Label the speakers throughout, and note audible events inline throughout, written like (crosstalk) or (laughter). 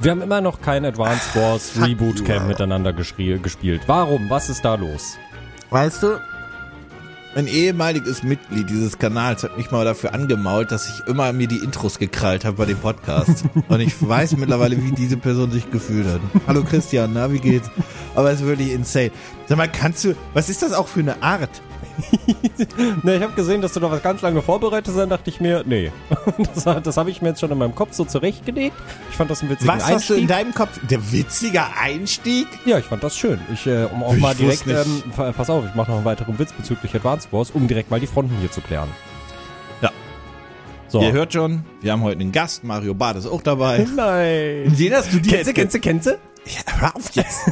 Speaker 1: Wir haben immer noch kein Advanced Wars
Speaker 2: Fuck
Speaker 1: Reboot
Speaker 2: you,
Speaker 1: Camp
Speaker 2: Alter.
Speaker 1: miteinander geschrie- gespielt. Warum? Was ist da los?
Speaker 2: Weißt du, ein ehemaliges Mitglied dieses Kanals hat mich mal dafür angemault, dass ich immer mir die Intros gekrallt habe bei dem (laughs) Podcast. Und ich weiß mittlerweile, wie diese Person sich gefühlt hat. Hallo Christian, na, wie geht's? Aber es ist wirklich insane. Sag mal, kannst du, was ist das auch für eine Art?
Speaker 1: Ne, ich habe gesehen, dass du noch was ganz lange vorbereitet hast, dann dachte ich mir, nee. (laughs) Das, das habe ich mir jetzt schon in meinem Kopf so zurechtgelegt. Ich fand das einen witzigen
Speaker 2: Was hast du
Speaker 1: Einstieg.
Speaker 2: in deinem Kopf? Der witzige Einstieg?
Speaker 1: ja, ich fand das schön. Ich, äh, um auch
Speaker 2: Ich
Speaker 1: mal direkt,
Speaker 2: wusste
Speaker 1: ähm,
Speaker 2: nicht.
Speaker 1: fa- pass auf, ich mache noch einen weiteren Witz bezüglich Advanced Wars, um direkt mal die Fronten hier zu klären.
Speaker 2: Ja.
Speaker 1: So.
Speaker 2: Ihr hört schon, wir haben heute einen Gast, Mario Barth ist auch (laughs) dabei.
Speaker 1: Nein.
Speaker 2: Den hast du dir
Speaker 1: Kennst du, kennst du, kennst du?
Speaker 2: Ja, hör auf jetzt.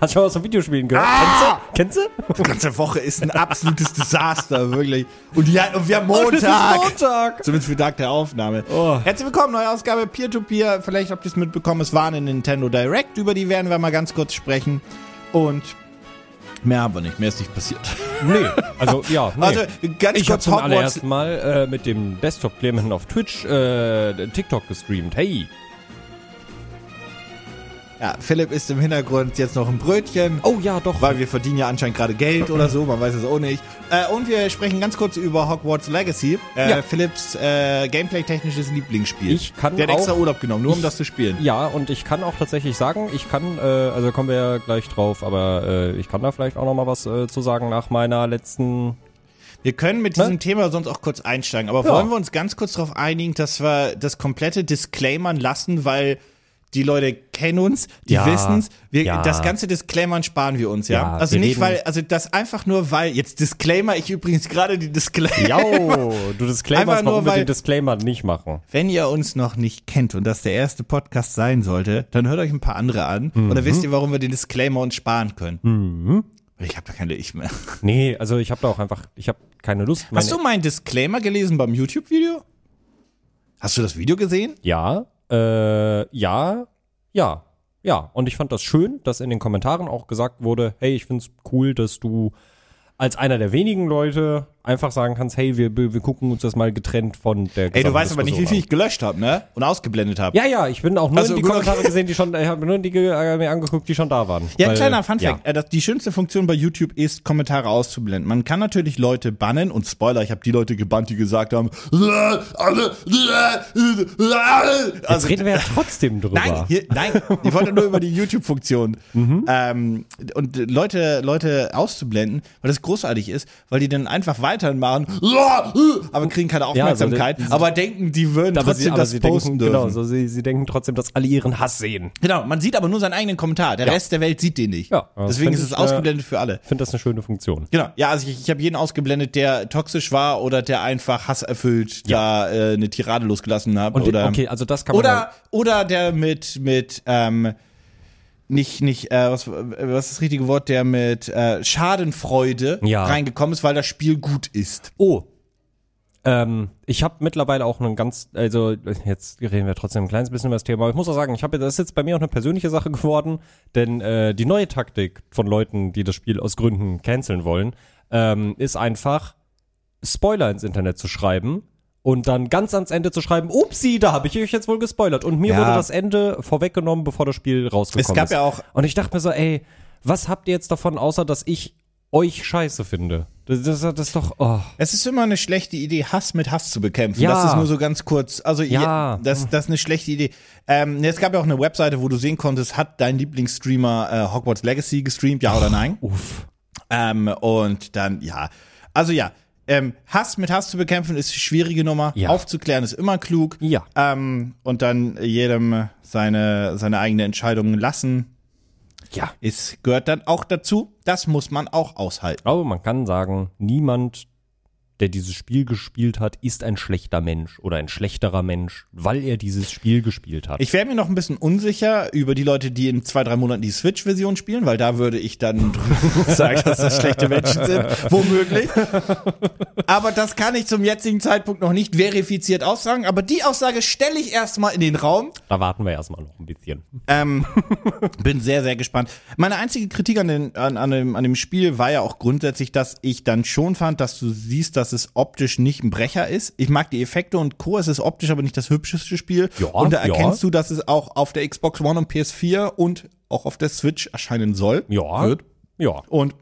Speaker 1: Hast du schon was von Videospielen gehört?
Speaker 2: Ah!
Speaker 1: Kennst du? Kennst du?
Speaker 2: (laughs) Die ganze Woche ist ein absolutes Desaster, wirklich. Und, ja, und wir haben
Speaker 1: Und es ist
Speaker 2: Montag.
Speaker 1: (laughs) Montag.
Speaker 2: Zumindest für den Tag der Aufnahme.
Speaker 1: Oh.
Speaker 2: Herzlich willkommen, neue Ausgabe Peer-to-Peer. Vielleicht habt ihr es mitbekommen, es war eine Nintendo Direct, über die werden wir mal ganz kurz sprechen. Und mehr haben wir nicht, mehr ist nicht passiert.
Speaker 1: Nee, also ja, nee.
Speaker 2: Also ganz
Speaker 1: ich habe
Speaker 2: kurz
Speaker 1: zum
Speaker 2: Hogwarts.
Speaker 1: allerersten Mal äh, mit dem Desktop Clement auf Twitch äh, TikTok gestreamt. Hey.
Speaker 2: Ja, Philipp ist im Hintergrund jetzt noch ein Brötchen.
Speaker 1: Oh ja, doch.
Speaker 2: Weil wir verdienen ja anscheinend gerade Geld oder so, man weiß es auch nicht. Äh, und wir sprechen ganz kurz über Hogwarts Legacy. Äh,
Speaker 1: Ja.
Speaker 2: Philips äh, gameplay-technisches Lieblingsspiel.
Speaker 1: Ich kann
Speaker 2: Der hat
Speaker 1: auch-
Speaker 2: extra Urlaub genommen, nur um das zu spielen.
Speaker 1: ja, und ich kann auch tatsächlich sagen, ich kann, äh, also kommen wir ja gleich drauf, aber äh, ich kann da vielleicht auch noch mal was äh, zu sagen nach meiner letzten.
Speaker 2: Wir können mit diesem Thema sonst auch kurz einsteigen, aber
Speaker 1: Ja.
Speaker 2: wollen wir uns ganz kurz darauf einigen, dass wir das komplette Disclaimern lassen, weil die Leute kennen uns, die
Speaker 1: Ja.
Speaker 2: wissen's. Wir,
Speaker 1: Ja.
Speaker 2: Das ganze Disclaimern sparen wir uns, ja.
Speaker 1: Ja,
Speaker 2: also
Speaker 1: wir
Speaker 2: nicht,
Speaker 1: reden-
Speaker 2: weil, also das einfach nur, weil, jetzt Disclaimer, ich übrigens gerade die
Speaker 1: (laughs)
Speaker 2: Disclaimer.
Speaker 1: Ja, oh, du Disclaimer,
Speaker 2: Einfach nur,
Speaker 1: warum wir
Speaker 2: weil-
Speaker 1: den Disclaimer nicht machen.
Speaker 2: Wenn ihr uns noch nicht kennt und das der erste Podcast sein sollte, dann hört euch ein paar andere an und
Speaker 1: Mhm.
Speaker 2: dann wisst ihr, warum wir den Disclaimer uns sparen können. Ich habe da keine Ich mehr.
Speaker 1: Nee, also ich habe da auch einfach, ich habe keine Lust. Meine,
Speaker 2: Hast du meinen Disclaimer gelesen beim YouTube-Video? Hast du das Video gesehen?
Speaker 1: Ja, äh, ja, ja, ja. Und ich fand das schön, dass in den Kommentaren auch gesagt wurde, hey, ich find's cool, dass du als einer der wenigen Leute einfach sagen kannst, hey, wir, wir gucken uns das mal getrennt von der
Speaker 2: Ey, du
Speaker 1: gesamten
Speaker 2: weißt aber nicht, wie
Speaker 1: Diskussion
Speaker 2: viel ich gelöscht habe, ne? Und ausgeblendet habe.
Speaker 1: an. Ja, ja, ich bin auch nur
Speaker 2: Also,
Speaker 1: in die
Speaker 2: gut,
Speaker 1: Kommentare
Speaker 2: okay.
Speaker 1: gesehen, die schon, ich habe nur die ge- äh, mir angeguckt, die schon da waren.
Speaker 2: Ja, ein
Speaker 1: Weil,
Speaker 2: kleiner Funfact.
Speaker 1: ja.
Speaker 2: Äh, das- Die schönste Funktion bei YouTube ist, Kommentare auszublenden. Man kann natürlich Leute bannen und Spoiler, ich habe die Leute gebannt, die gesagt haben.
Speaker 1: Jetzt
Speaker 2: Also,
Speaker 1: reden wir ja trotzdem drüber.
Speaker 2: Nein, hier, nein, ich wollte nur über die YouTube-Funktion. (laughs) Ähm, und Leute, Leute auszublenden, weil das großartig ist, weil die dann einfach weitermachen, aber kriegen keine Aufmerksamkeit,
Speaker 1: Ja, also,
Speaker 2: aber denken, die würden
Speaker 1: aber
Speaker 2: trotzdem
Speaker 1: sie, aber
Speaker 2: das
Speaker 1: sie
Speaker 2: posten
Speaker 1: denken,
Speaker 2: dürfen.
Speaker 1: genau, so, sie, sie denken trotzdem, dass alle ihren Hass sehen.
Speaker 2: Genau, man sieht aber nur seinen eigenen Kommentar. Der Rest der Welt sieht den nicht.
Speaker 1: Ja, das
Speaker 2: Deswegen
Speaker 1: find
Speaker 2: ist es
Speaker 1: ich, äh,
Speaker 2: ausgeblendet für alle.
Speaker 1: Ich finde das eine schöne Funktion.
Speaker 2: Genau, ja, also ich, ich habe jeden ausgeblendet, der toxisch war oder der einfach hasserfüllt da äh, eine Tirade losgelassen hat.
Speaker 1: Und
Speaker 2: oder
Speaker 1: okay, also das kann man ja-
Speaker 2: oder, oder der mit, mit, ähm, nicht, nicht, äh, was, äh, was ist das richtige Wort, der mit äh, Schadenfreude
Speaker 1: Ja.
Speaker 2: reingekommen ist, weil das Spiel gut ist.
Speaker 1: Oh. Ähm, ich habe mittlerweile auch einen ganz, also jetzt reden wir trotzdem ein kleines bisschen über das Thema, aber ich muss auch sagen, ich habe das ist jetzt bei mir auch eine persönliche Sache geworden, denn äh, die neue Taktik von Leuten, die das Spiel aus Gründen canceln wollen, ähm, ist einfach Spoiler ins Internet zu schreiben und dann ganz ans Ende zu schreiben, upsi, da habe ich euch jetzt wohl gespoilert und mir
Speaker 2: Ja.
Speaker 1: wurde das Ende vorweggenommen, bevor das Spiel rausgekommen
Speaker 2: Es gab
Speaker 1: ist.
Speaker 2: ja auch-
Speaker 1: und ich dachte mir so, ey, was habt ihr jetzt davon, außer dass ich euch scheiße finde? Das, das, das ist doch, oh.
Speaker 2: Es ist immer eine schlechte Idee, Hass mit Hass zu bekämpfen.
Speaker 1: Ja.
Speaker 2: Das ist nur so ganz kurz. Also ja,
Speaker 1: Ja.
Speaker 2: das, das ist eine schlechte Idee. Ähm, es gab ja auch eine Webseite, wo du sehen konntest, hat dein Lieblingsstreamer äh, Hogwarts Legacy gestreamt, ja oder nein?
Speaker 1: Uff.
Speaker 2: Ähm, und dann, ja. Also ja, ähm, Hass mit Hass zu bekämpfen ist eine schwierige Nummer.
Speaker 1: Ja.
Speaker 2: Aufzuklären ist immer klug.
Speaker 1: Ja.
Speaker 2: Ähm, und dann jedem seine, seine eigene Entscheidung lassen,
Speaker 1: Ja.
Speaker 2: ist, gehört dann auch dazu. Das muss man auch aushalten.
Speaker 1: Aber man kann sagen, niemand, der dieses Spiel gespielt hat, ist ein schlechter Mensch oder ein schlechterer Mensch, weil er dieses Spiel gespielt hat.
Speaker 2: Ich wäre mir noch ein bisschen unsicher über die Leute, die in zwei, drei Monaten die Switch-Version spielen, (laughs) weil da würde ich dann sagen, dass das schlechte Menschen sind. Womöglich. aber das kann ich zum jetzigen Zeitpunkt noch nicht verifiziert aussagen. Aber die Aussage stelle ich erstmal in den Raum.
Speaker 1: Da warten wir erstmal noch ein bisschen. (laughs)
Speaker 2: Ähm, bin sehr, sehr gespannt. Meine einzige Kritik an, den, an, an, dem, an dem Spiel war ja auch grundsätzlich, dass ich dann schon fand, dass du siehst, dass es optisch nicht ein Brecher ist. Ich mag die Effekte und Co. Es ist optisch aber nicht das hübscheste Spiel.
Speaker 1: Ja,
Speaker 2: und da
Speaker 1: ja.
Speaker 2: erkennst du, dass es auch auf der Xbox One und PS4 und auch auf der Switch erscheinen soll.
Speaker 1: Ja.
Speaker 2: Wird.
Speaker 1: Ja.
Speaker 2: Und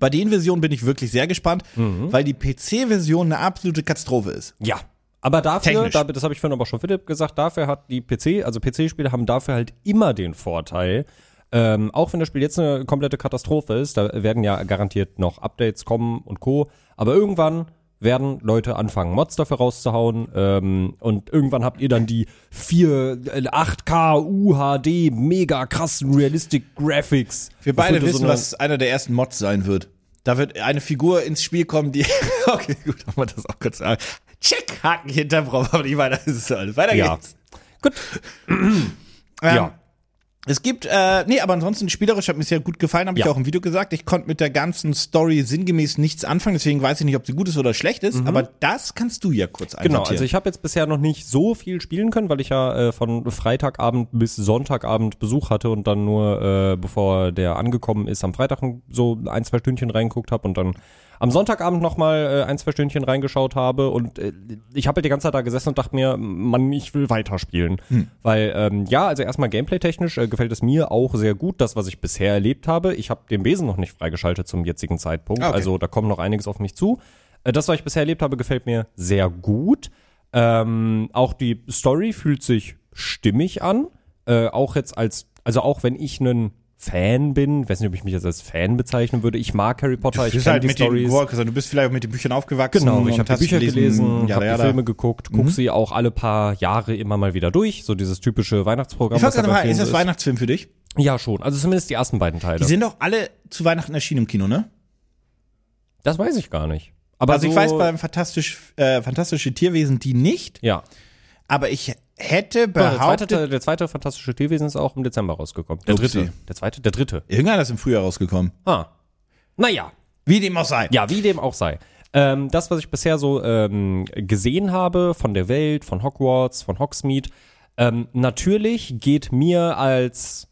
Speaker 2: bei den Versionen bin ich wirklich sehr gespannt,
Speaker 1: Mhm.
Speaker 2: weil die PC-Version eine absolute Katastrophe ist.
Speaker 1: Ja. Aber dafür,
Speaker 2: Technisch.
Speaker 1: da, das habe ich vorhin aber schon Philipp gesagt, dafür hat die PC, also PC-Spiele haben dafür halt immer den Vorteil, ähm, auch wenn das Spiel jetzt eine komplette Katastrophe ist, da werden ja garantiert noch Updates kommen und Co. Aber irgendwann werden Leute anfangen, Mods dafür rauszuhauen ähm, und irgendwann habt ihr dann die 4, äh, 8K UHD mega krassen Realistic Graphics.
Speaker 2: Wir beide
Speaker 1: Wofür du
Speaker 2: wissen,
Speaker 1: eine-
Speaker 2: was einer der ersten Mods sein wird. Da wird eine Figur ins Spiel kommen, die. (laughs) okay, gut, haben wir das auch kurz sagen. Check, Haken hinter, brauchen wir aber nicht weiter. Das ist alles. Weiter
Speaker 1: Ja.
Speaker 2: geht's.
Speaker 1: Gut.
Speaker 2: Ähm,
Speaker 1: Ja.
Speaker 2: Es gibt, äh, nee, aber ansonsten spielerisch hat mir sehr gut gefallen, habe ich
Speaker 1: Ja.
Speaker 2: auch im Video gesagt. Ich konnte mit der ganzen Story sinngemäß nichts anfangen, deswegen weiß ich nicht, ob sie gut ist oder schlecht ist, aber das kannst du ja kurz
Speaker 1: Mhm. Genau,
Speaker 2: einsortieren.
Speaker 1: also ich habe jetzt bisher noch nicht so viel spielen können, weil ich ja äh, von Freitagabend bis Sonntagabend Besuch hatte und dann nur, äh, bevor der angekommen ist, am Freitag so ein, zwei Stündchen reingeguckt habe und dann am Sonntagabend nochmal äh, ein, zwei Stündchen reingeschaut habe und äh, ich habe halt die ganze Zeit da gesessen und dachte mir, Mann, ich will weiterspielen.
Speaker 2: Hm.
Speaker 1: Weil, ähm, ja, also erstmal gameplay-technisch äh, gefällt es mir auch sehr gut, das, was ich bisher erlebt habe. Ich habe den Besen noch nicht freigeschaltet zum jetzigen Zeitpunkt,
Speaker 2: Ah, okay.
Speaker 1: also da kommt noch einiges auf mich zu. Äh, Das, was ich bisher erlebt habe, gefällt mir sehr gut. Ähm, auch die Story fühlt sich stimmig an. Äh, auch jetzt als, also auch wenn ich ein Fan bin, weiß nicht, ob ich mich jetzt als Fan bezeichnen würde. Ich mag Harry Potter, ich
Speaker 2: bist
Speaker 1: kenn
Speaker 2: halt
Speaker 1: die
Speaker 2: mit den,
Speaker 1: Stories.
Speaker 2: Walk, also du bist vielleicht auch mit den Büchern aufgewachsen.
Speaker 1: Genau, ich
Speaker 2: und
Speaker 1: habe
Speaker 2: hast
Speaker 1: die Bücher gelesen,
Speaker 2: Ja,
Speaker 1: habe
Speaker 2: ja, Mhm.
Speaker 1: die Filme geguckt, guck sie auch alle paar Jahre immer mal wieder durch, so dieses typische Weihnachtsprogramm.
Speaker 2: Ich wollte
Speaker 1: da
Speaker 2: gerade
Speaker 1: bei
Speaker 2: fragen,
Speaker 1: vielen
Speaker 2: ist das
Speaker 1: so
Speaker 2: Weihnachtsfilm für dich?
Speaker 1: Ja, schon. Also zumindest die ersten beiden Teile.
Speaker 2: Die sind doch alle zu Weihnachten erschienen im Kino, ne?
Speaker 1: Das weiß ich gar nicht. Aber
Speaker 2: Also
Speaker 1: so,
Speaker 2: ich weiß beim fantastisch, äh, fantastische Tierwesen die nicht,
Speaker 1: ja.
Speaker 2: aber ich
Speaker 1: Der
Speaker 2: hätte
Speaker 1: zweite,
Speaker 2: behauptet,
Speaker 1: Teil- der zweite fantastische Tierwesen ist auch im Dezember rausgekommen. Der
Speaker 2: Upsi.
Speaker 1: dritte. Der zweite, der dritte.
Speaker 2: irgendeiner ist im Frühjahr rausgekommen.
Speaker 1: Ah. Naja,
Speaker 2: Wie dem auch sei.
Speaker 1: Ja, wie dem auch sei. Ähm, das, was ich bisher so ähm, gesehen habe von der Welt, von Hogwarts, von Hogsmeade, ähm, natürlich geht mir als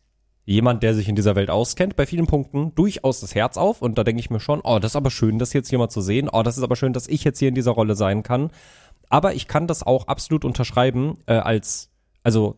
Speaker 1: jemand, der sich in dieser Welt auskennt, bei vielen Punkten durchaus das Herz auf. Und da denke ich mir schon, oh, das ist aber schön, das jetzt hier mal zu sehen. Oh, das ist aber schön, dass ich jetzt hier in dieser Rolle sein kann. Aber ich kann das auch absolut unterschreiben äh, als, also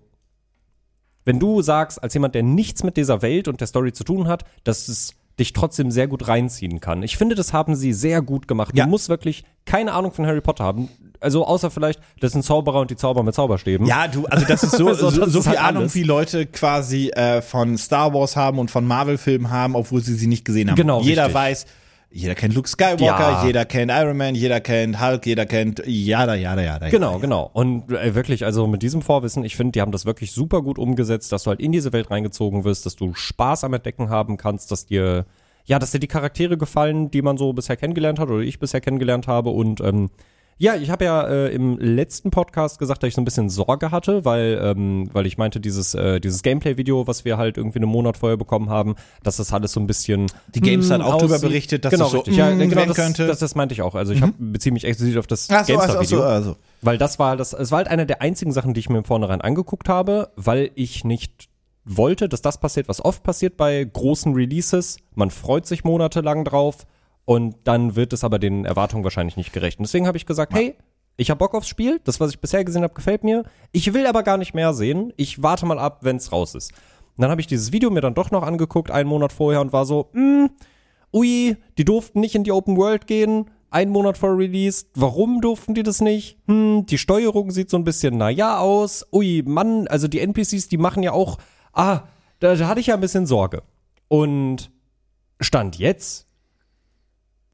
Speaker 1: wenn du sagst, als jemand, der nichts mit dieser Welt und der Story zu tun hat, dass es dich trotzdem sehr gut reinziehen kann. Ich finde, das haben sie sehr gut gemacht.
Speaker 2: Ja.
Speaker 1: Du musst wirklich keine Ahnung von Harry Potter haben. Also außer vielleicht, das sind Zauberer und die Zauber mit Zauberstäben.
Speaker 2: Ja, du, also das ist so,
Speaker 1: (laughs) So,
Speaker 2: so, so,
Speaker 1: das ist
Speaker 2: viel
Speaker 1: halt
Speaker 2: Ahnung,
Speaker 1: alles.
Speaker 2: wie Leute quasi äh, von Star Wars haben und von Marvel-Filmen haben, obwohl sie sie nicht gesehen haben.
Speaker 1: Genau,
Speaker 2: Jeder
Speaker 1: richtig.
Speaker 2: weiß, jeder kennt Luke Skywalker,
Speaker 1: Ja.
Speaker 2: jeder kennt Iron Man, jeder kennt Hulk, jeder kennt yada, yada, yada.
Speaker 1: Genau, genau. Und äh, wirklich, also mit diesem Vorwissen, ich finde, die haben das wirklich super gut umgesetzt, dass du halt in diese Welt reingezogen wirst, dass du Spaß am Entdecken haben kannst, dass dir, ja, dass dir die Charaktere gefallen, die man so bisher kennengelernt hat oder ich bisher kennengelernt habe. Und ähm, ja, ich habe ja äh, im letzten Podcast gesagt, dass ich so ein bisschen Sorge hatte, weil, ähm, weil ich meinte, dieses, äh, dieses Gameplay-Video, was wir halt irgendwie einen Monat vorher bekommen haben, dass das alles so ein bisschen.
Speaker 2: Die Games
Speaker 1: hm,
Speaker 2: hat auch drüber
Speaker 1: aussieht-
Speaker 2: berichtet, dass
Speaker 1: genau,
Speaker 2: das so,
Speaker 1: richtig. Ja,
Speaker 2: hm,
Speaker 1: genau,
Speaker 2: werden
Speaker 1: das,
Speaker 2: könnte. Mhm.
Speaker 1: Das, das meinte ich auch. Also ich hab, beziehe mich explizit auf das
Speaker 2: Ach so, ach so,
Speaker 1: GameStar-Video.
Speaker 2: ach so, ach so.
Speaker 1: Weil das war das, es war halt eine der einzigen Sachen, die ich mir im Vornherein angeguckt habe, weil ich nicht wollte, dass das passiert, was oft passiert bei großen Releases. Man freut sich monatelang drauf und dann wird es aber den Erwartungen wahrscheinlich nicht gerecht. Und deswegen habe ich gesagt, hey, ich habe Bock aufs Spiel, das, was ich bisher gesehen habe, gefällt mir. Ich will aber gar nicht mehr sehen. Ich warte mal ab, wenn es raus ist. Und dann habe ich dieses Video mir dann doch noch angeguckt, einen Monat vorher, und war so, ui, die durften nicht in die Open World gehen, einen Monat vor Release, warum durften die das nicht? Hm, die Steuerung sieht so ein bisschen naja aus, ui, Mann, also die NPCs, die machen ja auch, ah, da, da hatte ich ja ein bisschen Sorge. Und Stand jetzt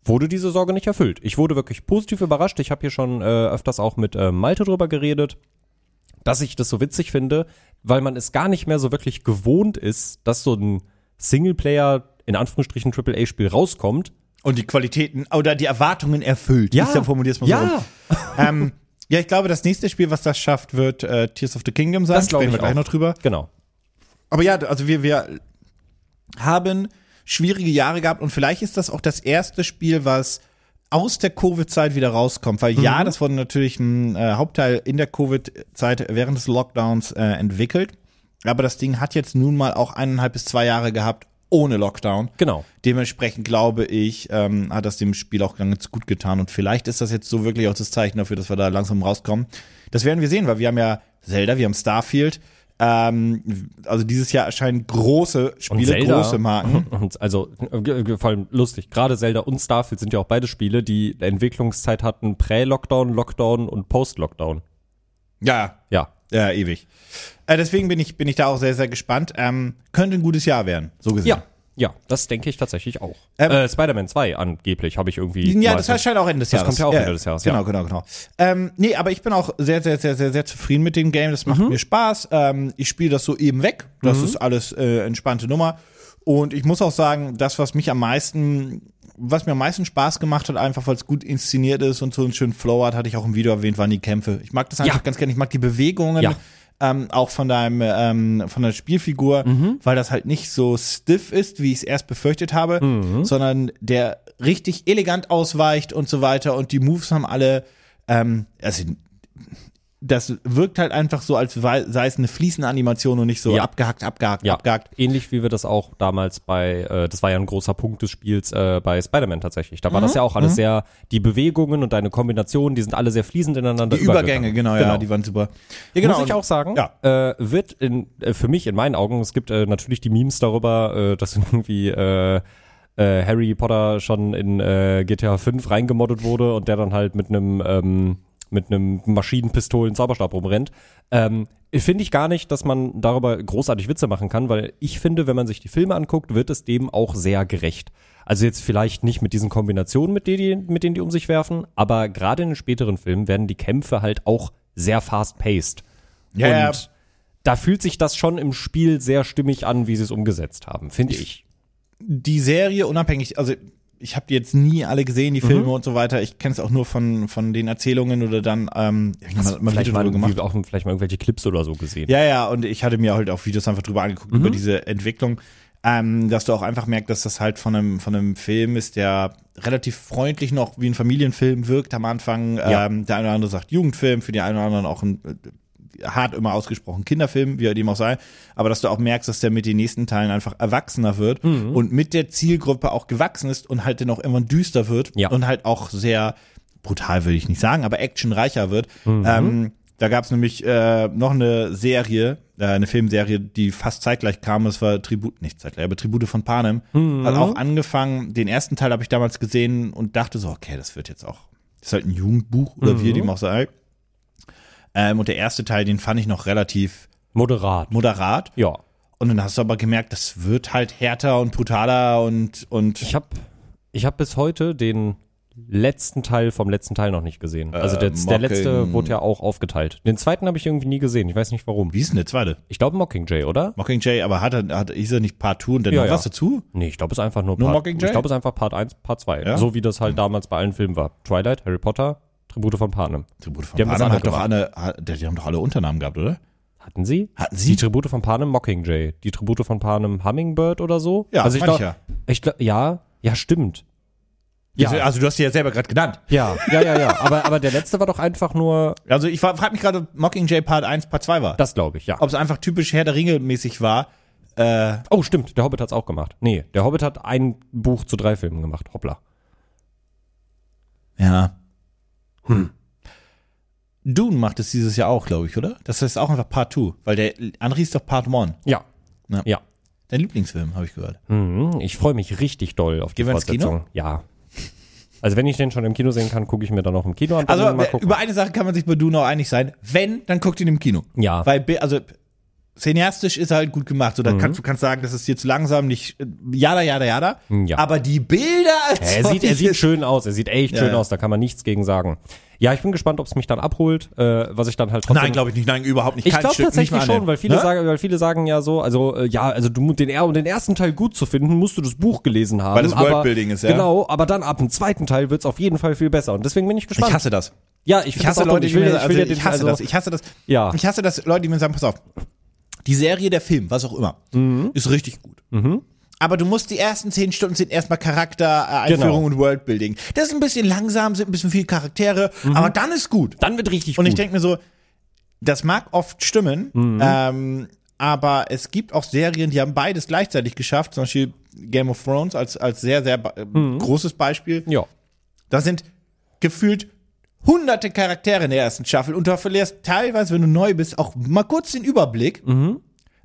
Speaker 1: wurde diese Sorge nicht erfüllt. Ich wurde wirklich positiv überrascht. Ich habe hier schon äh, öfters auch mit äh, Malte drüber geredet dass ich das so witzig finde, weil man es gar nicht mehr so wirklich gewohnt ist, dass so ein Singleplayer in Anführungsstrichen AAA-Spiel rauskommt.
Speaker 2: Und die Qualitäten oder die Erwartungen erfüllt.
Speaker 1: Ja.
Speaker 2: Ich formuliere es mal so.
Speaker 1: Ja.
Speaker 2: rum. Ähm, ja, ich glaube, das nächste Spiel, was das schafft, wird äh, Tears of the Kingdom sein.
Speaker 1: Das glaube
Speaker 2: Sprechen wir
Speaker 1: ich
Speaker 2: gleich
Speaker 1: auch.
Speaker 2: noch drüber.
Speaker 1: Genau.
Speaker 2: Aber ja, also wir, wir haben schwierige Jahre gehabt und vielleicht ist das auch das erste Spiel, was aus der Covid-Zeit wieder rauskommt. Weil ja, das wurde natürlich ein äh, Hauptteil in der Covid-Zeit während des Lockdowns äh, entwickelt. Aber das Ding hat jetzt nun mal auch eineinhalb bis zwei Jahre gehabt ohne Lockdown.
Speaker 1: Genau.
Speaker 2: Dementsprechend glaube ich, ähm, hat das dem Spiel auch ganz gut getan. Und vielleicht ist das jetzt so wirklich auch das Zeichen dafür, dass wir da langsam rauskommen. Das werden wir sehen, weil wir haben ja Zelda, wir haben Starfield. Ähm, also dieses Jahr erscheinen große Spiele, große Marken.
Speaker 1: (laughs) Und also äh, g- vor allem lustig, gerade Zelda und Starfield sind ja auch beide Spiele, die eine Entwicklungszeit hatten, Prä-Lockdown, Lockdown und Post-Lockdown.
Speaker 2: Ja,
Speaker 1: Ja.
Speaker 2: ja, ewig. Äh, deswegen bin ich, bin ich da auch sehr, sehr gespannt. Ähm, könnte ein gutes Jahr werden, so gesehen.
Speaker 1: Ja. Ja, das denke ich tatsächlich auch.
Speaker 2: Ähm,
Speaker 1: äh, Spider-Man 2 angeblich habe ich irgendwie.
Speaker 2: Ja,
Speaker 1: mal-
Speaker 2: das erscheint auch Ende des
Speaker 1: Das
Speaker 2: Jahres.
Speaker 1: kommt ja auch
Speaker 2: ja,
Speaker 1: Ende des Jahres, ja.
Speaker 2: Genau, genau, genau. Ähm, nee, aber ich bin auch sehr, sehr, sehr, sehr, sehr zufrieden mit dem Game. Das
Speaker 1: Mhm.
Speaker 2: macht mir Spaß. Ähm, ich spiele das so eben weg. Das ist alles äh, entspannte Nummer. Und ich muss auch sagen, das, was mich am meisten, was mir am meisten Spaß gemacht hat, einfach weil es gut inszeniert ist und so einen schönen Flow hat, hatte ich auch im Video erwähnt, waren die Kämpfe. Ich mag das einfach
Speaker 1: Ja.
Speaker 2: ganz gerne. Ich mag die Bewegungen.
Speaker 1: Ja.
Speaker 2: Ähm, auch von deinem ähm, von der Spielfigur,
Speaker 1: Mhm.
Speaker 2: weil das halt nicht so stiff ist, wie ich es erst befürchtet habe,
Speaker 1: Mhm.
Speaker 2: sondern der richtig elegant ausweicht und so weiter und die Moves haben alle, ähm, also das wirkt halt einfach so, als wei- sei es eine fließende Animation und nicht so
Speaker 1: Ja.
Speaker 2: abgehackt, abgehackt,
Speaker 1: ja,
Speaker 2: abgehackt.
Speaker 1: ähnlich wie wir das auch damals bei, äh, das war ja ein großer Punkt des Spiels äh, bei Spider-Man tatsächlich. Da war
Speaker 2: Mhm.
Speaker 1: das ja auch alles sehr, die Bewegungen und deine Kombinationen, die sind alle sehr fließend ineinander
Speaker 2: Die Übergänge, genau, ja, die waren super. Ja, genau.
Speaker 1: Muss ich
Speaker 2: und-
Speaker 1: auch sagen,
Speaker 2: Ja.
Speaker 1: äh, wird in, äh, für mich in meinen Augen, es gibt äh, natürlich die Memes darüber, äh, dass (laughs) irgendwie äh, äh, Harry Potter schon in äh, GTA 5 reingemoddet wurde und der dann halt mit einem ähm, mit einem Maschinenpistolen Zauberstab rumrennt. Ähm, finde ich gar nicht, dass man darüber großartig Witze machen kann, weil ich finde, wenn man sich die Filme anguckt, wird es dem auch sehr gerecht. Also jetzt vielleicht nicht mit diesen Kombinationen, mit, denen die, mit denen die um sich werfen, aber gerade in den späteren Filmen werden die Kämpfe halt auch sehr fast-paced.
Speaker 2: Ja, ja.
Speaker 1: und da fühlt sich das schon im Spiel sehr stimmig an, wie sie es umgesetzt haben, finde ich.
Speaker 2: die Serie unabhängig, also ich habe jetzt nie alle gesehen, die
Speaker 1: Mhm.
Speaker 2: Filme und so weiter. Ich kenne es auch nur von, von den Erzählungen oder dann, ähm, ich habe mal ein Video
Speaker 1: vielleicht, mal,
Speaker 2: drüber gemacht.
Speaker 1: irgendwie auch, vielleicht mal irgendwelche Clips oder so gesehen.
Speaker 2: Ja, ja, und ich hatte mir halt auch Videos einfach drüber angeguckt,
Speaker 1: Mhm.
Speaker 2: über diese Entwicklung, ähm, dass du auch einfach merkst, dass das halt von einem, von einem Film ist, der relativ freundlich noch wie ein Familienfilm wirkt am Anfang.
Speaker 1: Ja.
Speaker 2: Ähm, der eine oder andere sagt Jugendfilm, für die einen oder anderen auch ein äh, hart immer ausgesprochen Kinderfilm, wie er dem auch sei, aber dass du auch merkst, dass der mit den nächsten Teilen einfach erwachsener wird und mit der Zielgruppe auch gewachsen ist und halt dann auch irgendwann düster wird
Speaker 1: Ja.
Speaker 2: und halt auch sehr brutal würde ich nicht sagen, aber actionreicher wird. Ähm, da gab es nämlich äh, noch eine Serie, äh, eine Filmserie, die fast zeitgleich kam. Es war Tribut, nicht zeitgleich, aber Tribute von Panem. Hat auch angefangen. Den ersten Teil habe ich damals gesehen und dachte so, okay, das wird jetzt auch, das ist halt ein Jugendbuch oder wie ihr dem auch sagt. Ähm, und der erste Teil, den fand ich noch relativ
Speaker 1: Moderat.
Speaker 2: moderat.
Speaker 1: Ja.
Speaker 2: Und dann hast du aber gemerkt, das wird halt härter und brutaler und, und
Speaker 1: Ich habe ich hab bis heute den letzten Teil vom letzten Teil noch nicht gesehen. Also der, der
Speaker 2: Äh, Mocking-
Speaker 1: letzte wurde ja auch aufgeteilt. Den zweiten habe ich irgendwie nie gesehen. Ich weiß nicht warum.
Speaker 2: wie ist denn der zweite?
Speaker 1: Ich glaube Mockingjay, oder?
Speaker 2: Mockingjay, aber hat er, hat, ist er nicht Part 2 und dann
Speaker 1: Ja,
Speaker 2: noch
Speaker 1: ja.
Speaker 2: was dazu?
Speaker 1: Nee, ich glaube, es ist einfach nur,
Speaker 2: Nur
Speaker 1: Part,
Speaker 2: Mockingjay?
Speaker 1: Ich glaube, es ist einfach Part 1, Part 2.
Speaker 2: Ja?
Speaker 1: So wie das halt damals bei allen Filmen war. Twilight, Harry Potter, Tribute von Panem.
Speaker 2: Tribute von
Speaker 1: Die haben das
Speaker 2: Panem
Speaker 1: alle
Speaker 2: hat doch alle, hat, die haben doch alle Unternamen gehabt, oder?
Speaker 1: Hatten sie?
Speaker 2: Hatten
Speaker 1: Die
Speaker 2: sie?
Speaker 1: Tribute von Panem Mockingjay. Die Tribute von Panem Hummingbird oder so?
Speaker 2: Ja,
Speaker 1: also ich
Speaker 2: meine ich
Speaker 1: glaube, ich glaub, ja, ja, stimmt. Ja, ja,
Speaker 2: Also du hast die ja selber gerade genannt.
Speaker 1: ja, ja, ja. Aber, aber der letzte war doch einfach nur,
Speaker 2: Also ich frage mich gerade, ob Mockingjay Part 1, Part 2 war.
Speaker 1: das glaube ich, ja.
Speaker 2: Ob es einfach typisch Herr der Ringe mäßig war. Äh,
Speaker 1: Oh, stimmt, der Hobbit hat's auch gemacht. Nee, der Hobbit hat ein Buch zu drei Filmen gemacht. Hoppla.
Speaker 2: ja. Hm. Dune macht es dieses Jahr auch, glaube ich, oder? Das ist auch einfach Part 2, weil der Andri ist doch Part 1.
Speaker 1: Ja.
Speaker 2: Ja.
Speaker 1: Ja.
Speaker 2: Dein Lieblingsfilm, habe ich gehört.
Speaker 1: Mhm, ich freue mich richtig doll auf die
Speaker 2: Gehen wir ins
Speaker 1: Fortsetzung. Ja. Also wenn ich den schon im Kino sehen kann, gucke ich mir dann noch im Kino an.
Speaker 2: Also
Speaker 1: Dann mal
Speaker 2: äh,
Speaker 1: gucken.
Speaker 2: über eine Sache kann man sich bei Dune auch einig sein. Wenn, dann guckt ihn im Kino.
Speaker 1: Ja. Mhm.
Speaker 2: Weil, bi- also, cineastisch ist er halt gut gemacht. So, da kannst du kannst sagen, das ist hier zu langsam, nicht, äh, jada, jada, jada.
Speaker 1: Ja.
Speaker 2: Aber die Bilder als
Speaker 1: er sieht, er sieht
Speaker 2: solches-
Speaker 1: schön aus, er sieht echt
Speaker 2: Ja,
Speaker 1: schön
Speaker 2: ja.
Speaker 1: aus, da kann man nichts gegen sagen. Ja, ich bin gespannt, ob es mich dann abholt, äh, was ich dann halt trotzdem
Speaker 2: Nein, glaube ich nicht. Nein, überhaupt nicht.
Speaker 1: Ich
Speaker 2: Kein
Speaker 1: glaube
Speaker 2: Stück, nicht
Speaker 1: tatsächlich
Speaker 2: mal
Speaker 1: schon,
Speaker 2: annähernd.
Speaker 1: weil viele,
Speaker 2: Ne?
Speaker 1: sagen, weil viele sagen ja so, also äh, ja, also du mu- den er- um den ersten Teil gut zu finden, musst du das Buch gelesen haben.
Speaker 2: Weil es
Speaker 1: aber-
Speaker 2: Worldbuilding ist, ja.
Speaker 1: Genau, aber dann ab dem zweiten Teil wird's auf jeden Fall viel besser. Und deswegen bin ich gespannt.
Speaker 2: Ich hasse das.
Speaker 1: ja, ich,
Speaker 2: Ich
Speaker 1: find das
Speaker 2: hasse
Speaker 1: auch dumm.
Speaker 2: Leute,
Speaker 1: ich will,
Speaker 2: die mir,
Speaker 1: ja- ich will
Speaker 2: also,
Speaker 1: ja den,
Speaker 2: ich hasse
Speaker 1: also,
Speaker 2: das. Ich hasse das.
Speaker 1: Ja.
Speaker 2: Ich
Speaker 1: Mhm.
Speaker 2: hasse das, Leute, die mir sagen, pass auf. Die Serie, der Film, was auch immer, ist richtig gut. Aber du musst die ersten zehn Stunden sind erstmal Charakter, äh,
Speaker 1: Genau.
Speaker 2: Einführung und Worldbuilding. Das ist ein bisschen langsam, sind ein bisschen viel Charaktere, aber dann ist gut.
Speaker 1: Mhm. Dann wird richtig gut.
Speaker 2: Und
Speaker 1: Mhm.
Speaker 2: ich denke mir so, das mag oft stimmen, ähm, aber es gibt auch Serien, die haben beides gleichzeitig geschafft, zum Beispiel Game of Thrones als, als sehr, sehr ba- äh,
Speaker 1: Mhm.
Speaker 2: großes Beispiel.
Speaker 1: ja.
Speaker 2: Da sind gefühlt hunderte Charaktere in der ersten Staffel und du verlierst teilweise, wenn du neu bist, auch mal kurz den Überblick.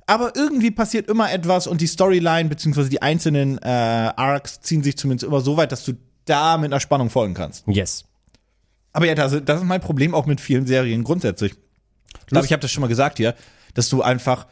Speaker 2: Aber irgendwie passiert immer etwas und die Storyline bzw. die einzelnen äh, Arcs ziehen sich zumindest immer so weit, dass du da mit einer Spannung folgen kannst.
Speaker 1: Yes.
Speaker 2: Aber ja, das, das ist mein Problem auch mit vielen Serien grundsätzlich. Ich glaube, ich habe das schon mal gesagt hier, dass du einfach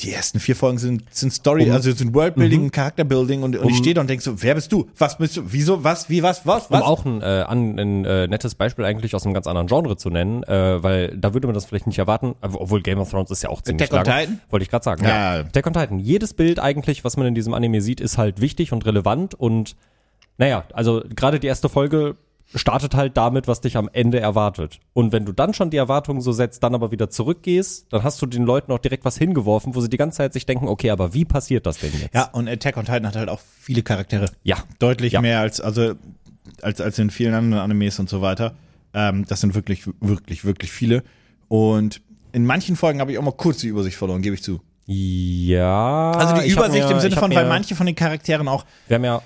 Speaker 2: die ersten vier Folgen sind, sind Story, also sind Worldbuilding, und Charakterbuilding und, und ich stehe da und denk so, wer bist du? Was bist du? Wieso? Was? Wie? Was? Was?
Speaker 1: Um
Speaker 2: Was?
Speaker 1: auch ein, äh, an, ein äh, nettes Beispiel eigentlich aus einem ganz anderen Genre zu nennen, äh, weil da würde man das vielleicht nicht erwarten, aber- obwohl Game of Thrones ist ja auch ziemlich
Speaker 2: Attack on
Speaker 1: lang.
Speaker 2: Titan?
Speaker 1: Wollte ich gerade sagen.
Speaker 2: Ja.
Speaker 1: Attack on Titan. Jedes Bild eigentlich, was man in diesem Anime sieht, ist halt wichtig und relevant und naja, also gerade die erste Folge startet halt damit, was dich am Ende erwartet. Und wenn du dann schon die Erwartungen so setzt, dann aber wieder zurückgehst, dann hast du den Leuten auch direkt was hingeworfen, wo sie die ganze Zeit sich denken, okay, aber wie passiert das denn jetzt?
Speaker 2: Ja, und Attack on Titan hat halt auch viele Charaktere.
Speaker 1: Ja.
Speaker 2: Deutlich
Speaker 1: Ja.
Speaker 2: mehr als, also, als, als in vielen anderen Animes und so weiter. Ähm, das sind wirklich, wirklich, wirklich viele. Und in manchen Folgen habe ich auch mal kurz die Übersicht verloren, gebe ich zu.
Speaker 1: Ja.
Speaker 2: Also die
Speaker 1: ich hab
Speaker 2: Übersicht
Speaker 1: mir-
Speaker 2: im Sinne
Speaker 1: ich hab
Speaker 2: von,
Speaker 1: mir,
Speaker 2: weil manche von den Charakteren auch
Speaker 1: Wir haben ja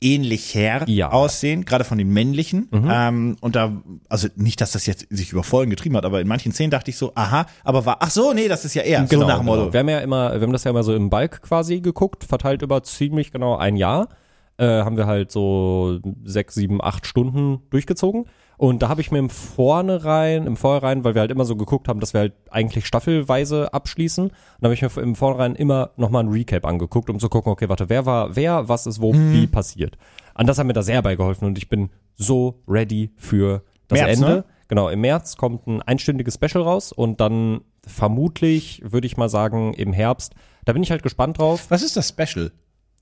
Speaker 2: ähnlich her
Speaker 1: Ja.
Speaker 2: aussehen, gerade von den männlichen. Ähm, und da, also nicht, dass das jetzt sich über Folgen getrieben hat, aber in manchen Szenen dachte ich so, aha, aber war, ach so, nee, das ist ja er.
Speaker 1: Genau,
Speaker 2: so nach dem Motto.
Speaker 1: genau. Wir haben ja immer, wir haben das ja immer so im Balk quasi geguckt, verteilt über ziemlich genau ein Jahr. Äh, haben wir halt so sechs, sieben, acht Stunden durchgezogen. Und da habe ich mir im Vornherein, im Vornherein, weil wir halt immer so geguckt haben, dass wir halt eigentlich staffelweise abschließen, und da habe ich mir im Vornherein immer nochmal ein Recap angeguckt, um zu gucken, okay, warte, wer war wer, was ist wo,
Speaker 2: Mhm.
Speaker 1: wie passiert. An das hat mir da sehr beigeholfen und ich bin so ready für das
Speaker 2: März,
Speaker 1: Ende.
Speaker 2: ne?
Speaker 1: Genau, im März kommt ein einstündiges Special raus und dann vermutlich, würde ich mal sagen, im Herbst. Da bin ich halt gespannt drauf.
Speaker 2: Was ist das Special?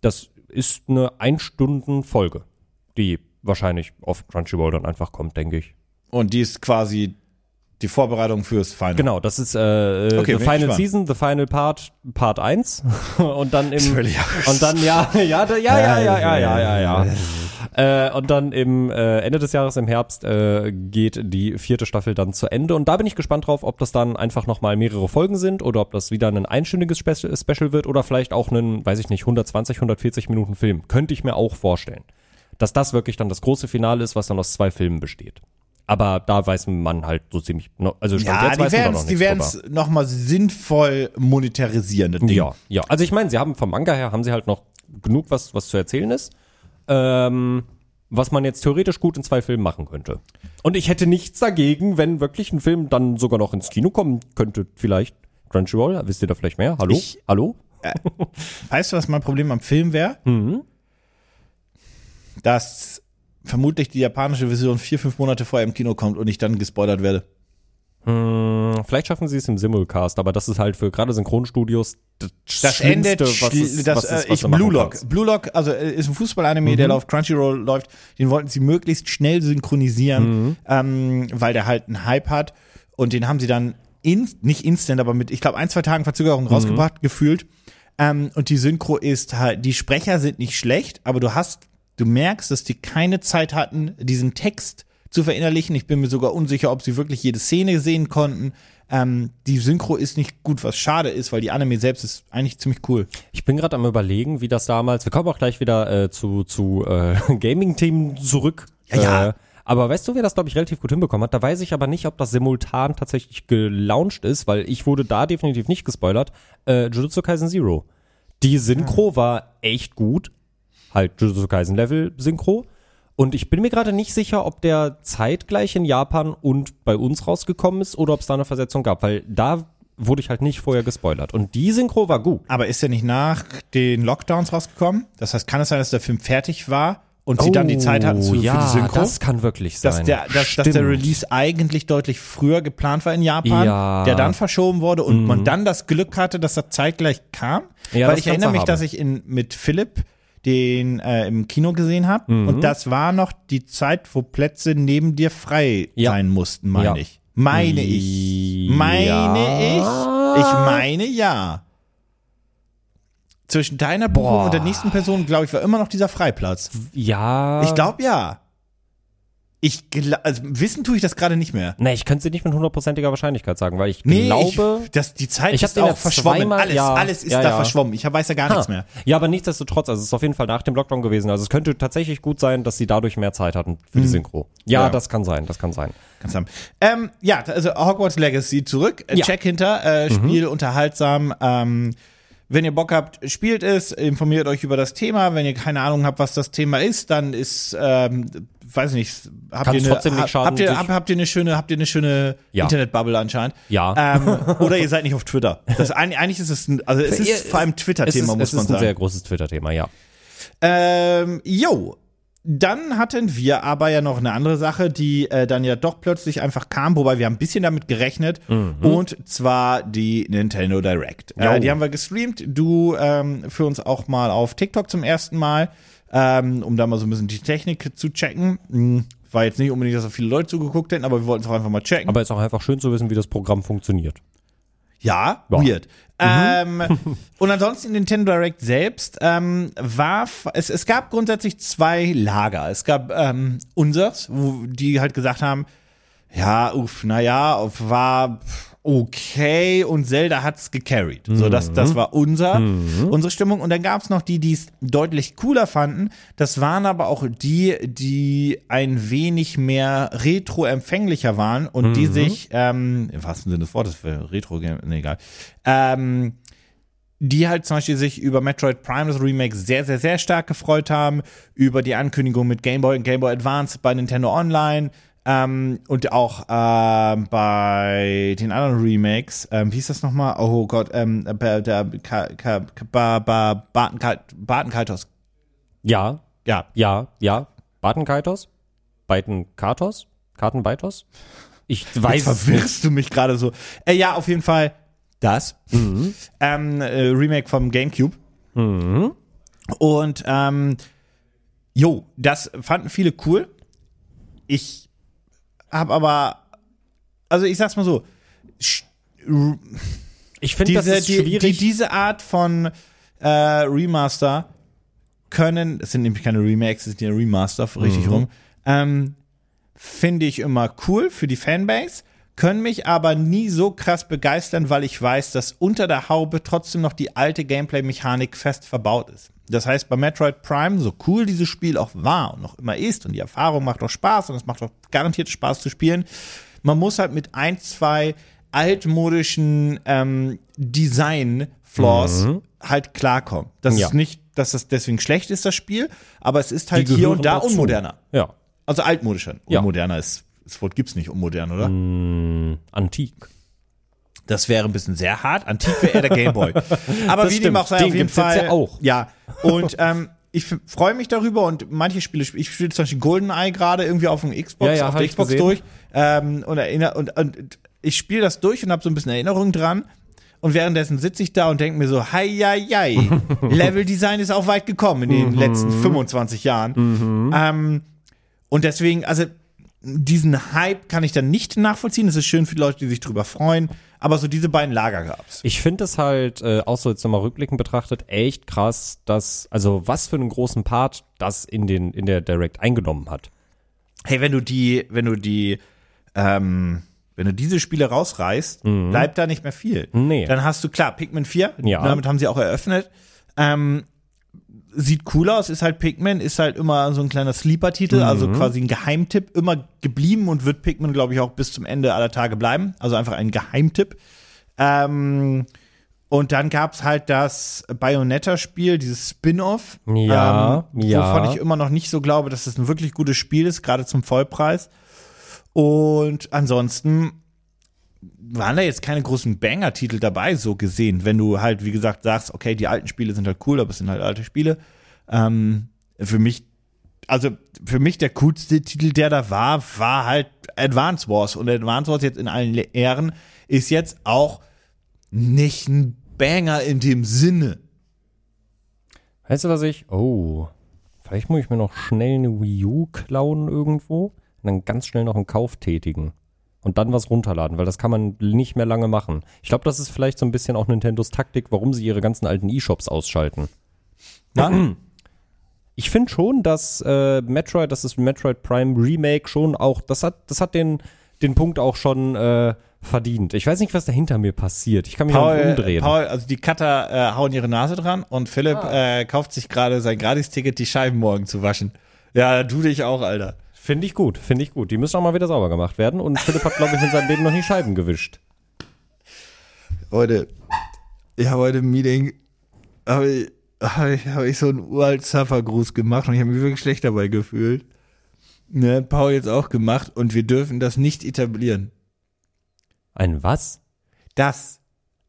Speaker 1: Das ist eine Ein-Stunden-Folge, die wahrscheinlich auf Crunchyroll dann einfach kommt, denke ich.
Speaker 2: Und die ist quasi die Vorbereitung fürs Final.
Speaker 1: Genau, das ist äh, äh, The
Speaker 2: Okay, bin ich
Speaker 1: Final
Speaker 2: gespannt.
Speaker 1: Season, The Final Part, Part 1. (laughs) und dann im.
Speaker 2: Völlig
Speaker 1: Und dann, ja, (laughs) ja, da, ja, ja, ja, ja, ja, ja, ja. Äh, und dann im äh, Ende des Jahres, im Herbst, äh, geht die vierte Staffel dann zu Ende. Und da bin ich gespannt drauf, ob das dann einfach nochmal mehrere Folgen sind oder ob das wieder ein einstündiges Spe Special wird oder vielleicht auch einen, weiß ich nicht, 120, 140 Minuten Film. Könnte ich mir auch vorstellen. Dass das wirklich dann das große Finale ist, was dann aus zwei Filmen besteht. Aber da weiß man halt so ziemlich, no- also Stand
Speaker 2: Ja,
Speaker 1: jetzt weiß
Speaker 2: die
Speaker 1: man da
Speaker 2: werden
Speaker 1: noch
Speaker 2: es
Speaker 1: nichts
Speaker 2: die werden's noch mal sinnvoll monetarisieren, das Ding.
Speaker 1: Ja, ja. Also ich meine, sie haben vom Manga her haben sie halt noch genug, was, was zu erzählen ist. Ähm, was man jetzt theoretisch gut in zwei Filmen machen könnte. Und ich hätte nichts dagegen, wenn wirklich ein Film dann sogar noch ins Kino kommen könnte, vielleicht. Crunchyroll, wisst ihr da vielleicht mehr? Hallo?
Speaker 2: Ich-
Speaker 1: Hallo?
Speaker 2: Weißt du, was mein Problem am Film wäre?
Speaker 1: Mhm.
Speaker 2: Dass vermutlich die japanische Version vier, fünf Monate vorher im Kino kommt und ich dann gespoilert werde.
Speaker 1: Hm, Vielleicht schaffen sie es im Simulcast, aber das ist halt für gerade Synchronstudios das,
Speaker 2: Das
Speaker 1: Schlimmste,
Speaker 2: endet,
Speaker 1: was
Speaker 2: schli-
Speaker 1: ist,
Speaker 2: das,
Speaker 1: was ist, was
Speaker 2: äh, ich,
Speaker 1: du machen
Speaker 2: Blue Lock.
Speaker 1: kannst.
Speaker 2: Blue Lock, also äh, ist ein Fußball-Anime, der auf Crunchyroll läuft. Den wollten sie möglichst schnell synchronisieren, ähm, weil der halt einen Hype hat. Und den haben sie dann in, nicht instant, aber mit, ich glaube, ein, zwei Tagen Verzögerung rausgebracht, gefühlt. Ähm, und die Synchro ist halt, die Sprecher sind nicht schlecht, aber du hast, du merkst, dass die keine Zeit hatten, diesen Text zu verinnerlichen. Ich bin mir sogar unsicher, ob sie wirklich jede Szene sehen konnten. Ähm, die Synchro ist nicht gut, was schade ist, weil die Anime selbst ist eigentlich ziemlich cool.
Speaker 1: Ich bin gerade am überlegen, wie das damals. Wir kommen auch gleich wieder äh, zu, zu äh, (laughs) Gaming-Themen zurück.
Speaker 2: Ja, ja.
Speaker 1: Äh, aber weißt du, wer das, glaube ich, relativ gut hinbekommen hat? Da weiß ich aber nicht, ob das simultan tatsächlich gelauncht ist, weil ich wurde da definitiv nicht gespoilert. Äh, Jujutsu Kaisen Zero. Die Synchro
Speaker 2: Ah.
Speaker 1: war echt gut. Halt Jujutsu Kaisen Level Synchro. Und ich bin mir gerade nicht sicher, ob der zeitgleich in Japan und bei uns rausgekommen ist oder ob es da eine Versetzung gab, weil da wurde ich halt nicht vorher gespoilert. Und die Synchro war gut.
Speaker 2: Aber ist er nicht nach den Lockdowns rausgekommen? Das heißt, kann es sein, dass der Film fertig war und sie dann die Zeit hatten zu, für die Synchro?
Speaker 1: Oh, Das kann wirklich sein.
Speaker 2: dass der, dass, dass der
Speaker 1: Stimmt.
Speaker 2: Release eigentlich deutlich früher geplant war in Japan,
Speaker 1: Ja. Mhm.
Speaker 2: der dann verschoben wurde und man dann das Glück hatte, dass er zeitgleich kam.
Speaker 1: Ja,
Speaker 2: Weil
Speaker 1: das
Speaker 2: ich erinnere
Speaker 1: kann's
Speaker 2: mich,
Speaker 1: haben.
Speaker 2: dass ich in, mit Philipp den äh, im Kino gesehen habe
Speaker 1: Mhm.
Speaker 2: und das war noch die Zeit, wo Plätze neben dir frei
Speaker 1: Ja.
Speaker 2: sein mussten, meine
Speaker 1: Ja.
Speaker 2: ich. Meine ich. Meine ich. Ich meine ja. Zwischen deiner Buchung
Speaker 1: Boah.
Speaker 2: und der nächsten Person, glaube ich, war immer noch dieser Freiplatz.
Speaker 1: Ja.
Speaker 2: Ich glaube ja. Ich gla also, wissen tue ich das gerade nicht mehr.
Speaker 1: Nee, ich könnte sie nicht mit hundertprozentiger Wahrscheinlichkeit sagen, weil ich
Speaker 2: Nee,
Speaker 1: glaube.
Speaker 2: ich, das, die Zeit
Speaker 1: Ich hab
Speaker 2: ist
Speaker 1: den
Speaker 2: auch
Speaker 1: jetzt
Speaker 2: verschwommen.
Speaker 1: zweimal-
Speaker 2: alles,
Speaker 1: ja,
Speaker 2: alles ist
Speaker 1: ja,
Speaker 2: da
Speaker 1: ja.
Speaker 2: verschwommen. Ich hab- weiß da gar nichts
Speaker 1: Ha.
Speaker 2: mehr.
Speaker 1: Ja, aber nichtsdestotrotz, also es ist auf jeden Fall nach dem Lockdown gewesen. Also es könnte tatsächlich gut sein, dass sie dadurch mehr Zeit hatten für die Synchro. Ja,
Speaker 2: Hm. Ja.
Speaker 1: das kann sein, das kann sein.
Speaker 2: Ganz haben. Ähm, ja, also Hogwarts Legacy zurück. Äh,
Speaker 1: Ja. Mhm.
Speaker 2: Check hinter, äh, Spiel unterhaltsam. Ähm, wenn ihr Bock habt, spielt es, informiert euch über das Thema. Wenn ihr keine Ahnung habt, was das Thema ist, dann ist, ähm, weiß nicht, habt
Speaker 1: Kann's
Speaker 2: ihr
Speaker 1: trotzdem nicht
Speaker 2: eine, hab-
Speaker 1: schaden,
Speaker 2: habt ihr,
Speaker 1: sich-
Speaker 2: hab, habt ihr eine schöne, habt ihr eine schöne
Speaker 1: Ja.
Speaker 2: Internetbubble anscheinend.
Speaker 1: Ja.
Speaker 2: Ähm, oder ihr seid nicht auf Twitter. Das ein, eigentlich ist es, ein, also es
Speaker 1: Ihr-
Speaker 2: ist vor allem
Speaker 1: Es ist,
Speaker 2: Twitter-Thema, muss
Speaker 1: es
Speaker 2: man
Speaker 1: ist ein
Speaker 2: sagen.
Speaker 1: sehr großes Twitter-Thema, ja.
Speaker 2: Ähm, jo. Dann hatten wir aber ja noch eine andere Sache, die äh, dann ja doch plötzlich einfach kam, wobei wir haben ein bisschen damit gerechnet. Und zwar die Nintendo Direct. Äh,
Speaker 1: Jo.
Speaker 2: die haben wir gestreamt. Du ähm, für uns auch mal auf TikTok zum ersten Mal, ähm, um da mal so ein bisschen die Technik zu checken. Hm, War jetzt nicht unbedingt, dass da viele Leute zugeguckt hätten, aber wir wollten es auch einfach mal checken.
Speaker 1: Aber es ist auch einfach schön zu wissen, wie das Programm funktioniert.
Speaker 2: Ja,
Speaker 1: Ja.
Speaker 2: weird. Ähm, und ansonsten Nintendo Direct selbst ähm, war f- es, es gab grundsätzlich zwei Lager. Es gab ähm, unseres, wo die halt gesagt haben, ja, uff, naja, war okay und Zelda hat's gecarried. So, das, das war unser, unsere Stimmung. Und dann gab's noch die, die es deutlich cooler fanden. Das waren aber auch die, die ein wenig mehr retro-empfänglicher waren und die sich, ähm, im wahrsten Sinne des Wortes, für retro nee, egal, ähm, die halt zum Beispiel sich über Metroid Prime das Remake sehr, sehr, sehr stark gefreut haben, über die Ankündigung mit Game Boy und Game Boy Advance bei Nintendo Online ähm, und auch ähm, bei den anderen Remakes. Ähm, wie hieß das nochmal? Oh Gott, ähm, bei der Ka- Ka- Ka- ba- ba- Barton Kal- Barton Kaltos.
Speaker 1: Ja,
Speaker 2: Ja,
Speaker 1: ja, ja. Batenkaitos? Beitenkatos? Kartenbeitos? Ich
Speaker 2: Jetzt
Speaker 1: weiß es nicht.
Speaker 2: verwirrst du mich gerade so. Äh, ja, auf jeden Fall das.
Speaker 1: Mhm.
Speaker 2: Ähm, äh, Remake vom GameCube. Und ähm, jo, das fanden viele cool. Ich habe aber, also ich sag's mal so, sch- r-
Speaker 1: Ich finde, das
Speaker 2: diese,
Speaker 1: ist
Speaker 2: die,
Speaker 1: schwierig.
Speaker 2: die, diese Art von äh, Remaster können, es sind nämlich keine Remakes, es sind ja Remaster,
Speaker 1: Mhm.
Speaker 2: richtig rum, ähm, finde ich immer cool für die Fanbase, können mich aber nie so krass begeistern, weil ich weiß, dass unter der Haube trotzdem noch die alte Gameplay-Mechanik fest verbaut ist. Das heißt, bei Metroid Prime, so cool dieses Spiel auch war und noch immer ist und die Erfahrung macht doch Spaß und es macht doch garantiert Spaß zu spielen, man muss halt mit ein, zwei altmodischen ähm, Design-Flaws halt klarkommen. Das
Speaker 1: Mhm. Ja.
Speaker 2: ist nicht, dass das deswegen schlecht ist, das Spiel, aber es ist
Speaker 1: Die
Speaker 2: halt hier
Speaker 1: gehören
Speaker 2: und da
Speaker 1: dazu.
Speaker 2: unmoderner.
Speaker 1: Ja,
Speaker 2: Also altmodischer.
Speaker 1: Ja.
Speaker 2: Unmoderner ist, das Wort gibt's nicht, unmodern, oder?
Speaker 1: antik.
Speaker 2: Das wäre ein bisschen sehr hart. Antik wäre eher der
Speaker 1: (laughs)
Speaker 2: Gameboy. Aber
Speaker 1: Das
Speaker 2: wie dem
Speaker 1: stimmt.
Speaker 2: auch sei,
Speaker 1: Den
Speaker 2: auf jeden
Speaker 1: gibt's jetzt
Speaker 2: Fall.
Speaker 1: ja auch.
Speaker 2: Ja. Und
Speaker 1: (laughs)
Speaker 2: ähm, ich f- freue mich darüber und manche Spiele, sp- ich spiele zum Beispiel GoldenEye gerade irgendwie auf dem Xbox,
Speaker 1: Ja, ja,
Speaker 2: auf
Speaker 1: hab
Speaker 2: der
Speaker 1: ich
Speaker 2: Xbox
Speaker 1: gesehen.
Speaker 2: durch. Ähm, und, erinner, und, und ich spiele das durch und habe so ein bisschen Erinnerung dran. Und währenddessen sitze ich da und denke mir so, hei, hei, hei,
Speaker 1: (laughs)
Speaker 2: Level-Design ist auch weit gekommen in
Speaker 1: Mhm.
Speaker 2: den letzten 25 Jahren. Ähm, und deswegen, also diesen Hype kann ich dann nicht nachvollziehen. Es ist schön für die Leute, die sich drüber freuen. Aber so diese beiden Lager gab's.
Speaker 1: Ich finde es halt, äh, auch so jetzt nochmal rückblickend betrachtet, echt krass, dass, also was für einen großen Part das in, den, in der Direct eingenommen hat.
Speaker 2: Hey, wenn du die, wenn du die, ähm, wenn du diese Spiele rausreißt, bleibt da nicht mehr viel.
Speaker 1: Mhm. Nee.
Speaker 2: Dann hast du, klar, Pikmin 4,
Speaker 1: Ja.
Speaker 2: damit haben sie auch eröffnet. Ähm, sieht cool aus, ist halt Pikmin, ist halt immer so ein kleiner Sleeper-Titel,
Speaker 1: Mhm.
Speaker 2: also quasi ein Geheimtipp, immer geblieben und wird Pikmin, glaube ich, auch bis zum Ende aller Tage bleiben. Also einfach ein Geheimtipp. Ähm, und dann gab's halt das Bayonetta-Spiel, dieses Spin-off. Ähm,
Speaker 1: Ja, ja.
Speaker 2: Wovon ich immer noch nicht so glaube, dass es ein wirklich gutes Spiel ist, gerade zum Vollpreis. Und ansonsten waren da jetzt keine großen Banger-Titel dabei, so gesehen. Wenn du halt, wie gesagt, sagst, okay, die alten Spiele sind halt cool, aber es sind halt alte Spiele. Ähm, für mich, also für mich der coolste Titel, der da war, war halt Advance Wars. Und Advance Wars jetzt in allen Le- Ehren ist jetzt auch nicht ein Banger in dem Sinne.
Speaker 1: Weißt du, was ich. Oh. Vielleicht muss ich mir noch schnell eine Wii U klauen irgendwo und dann ganz schnell noch einen Kauf tätigen. und dann was runterladen, weil das kann man nicht mehr lange machen. Ich glaube, das ist vielleicht so ein bisschen auch Nintendos Taktik, warum sie ihre ganzen alten E-Shops ausschalten. Na?
Speaker 2: Mhm.
Speaker 1: Ich finde schon, dass äh, Metroid, das ist Metroid Prime Remake schon auch, das hat, das hat den, den Punkt auch schon äh, verdient. Ich weiß nicht, was dahinter mir passiert. Ich kann mich auch
Speaker 2: Paul,
Speaker 1: nicht umdrehen.
Speaker 2: Paul, also die Cutter äh, hauen ihre Nase dran und Philipp äh, kauft sich gerade sein Gratis-Ticket, die Scheiben morgen zu waschen. Ja, du dich auch, Alter.
Speaker 1: Finde ich gut, finde ich gut. Die müssen auch mal wieder sauber gemacht werden. Und Philipp hat, glaube ich, in seinem Leben noch nie Scheiben gewischt.
Speaker 2: Leute, ich habe heute im Meeting habe ich, hab ich, hab ich so einen uralt Zaffergruß gemacht und ich habe mich wirklich schlecht dabei gefühlt. Ne, hat Paul jetzt auch gemacht und wir dürfen das nicht etablieren.
Speaker 1: Ein was?
Speaker 2: Das.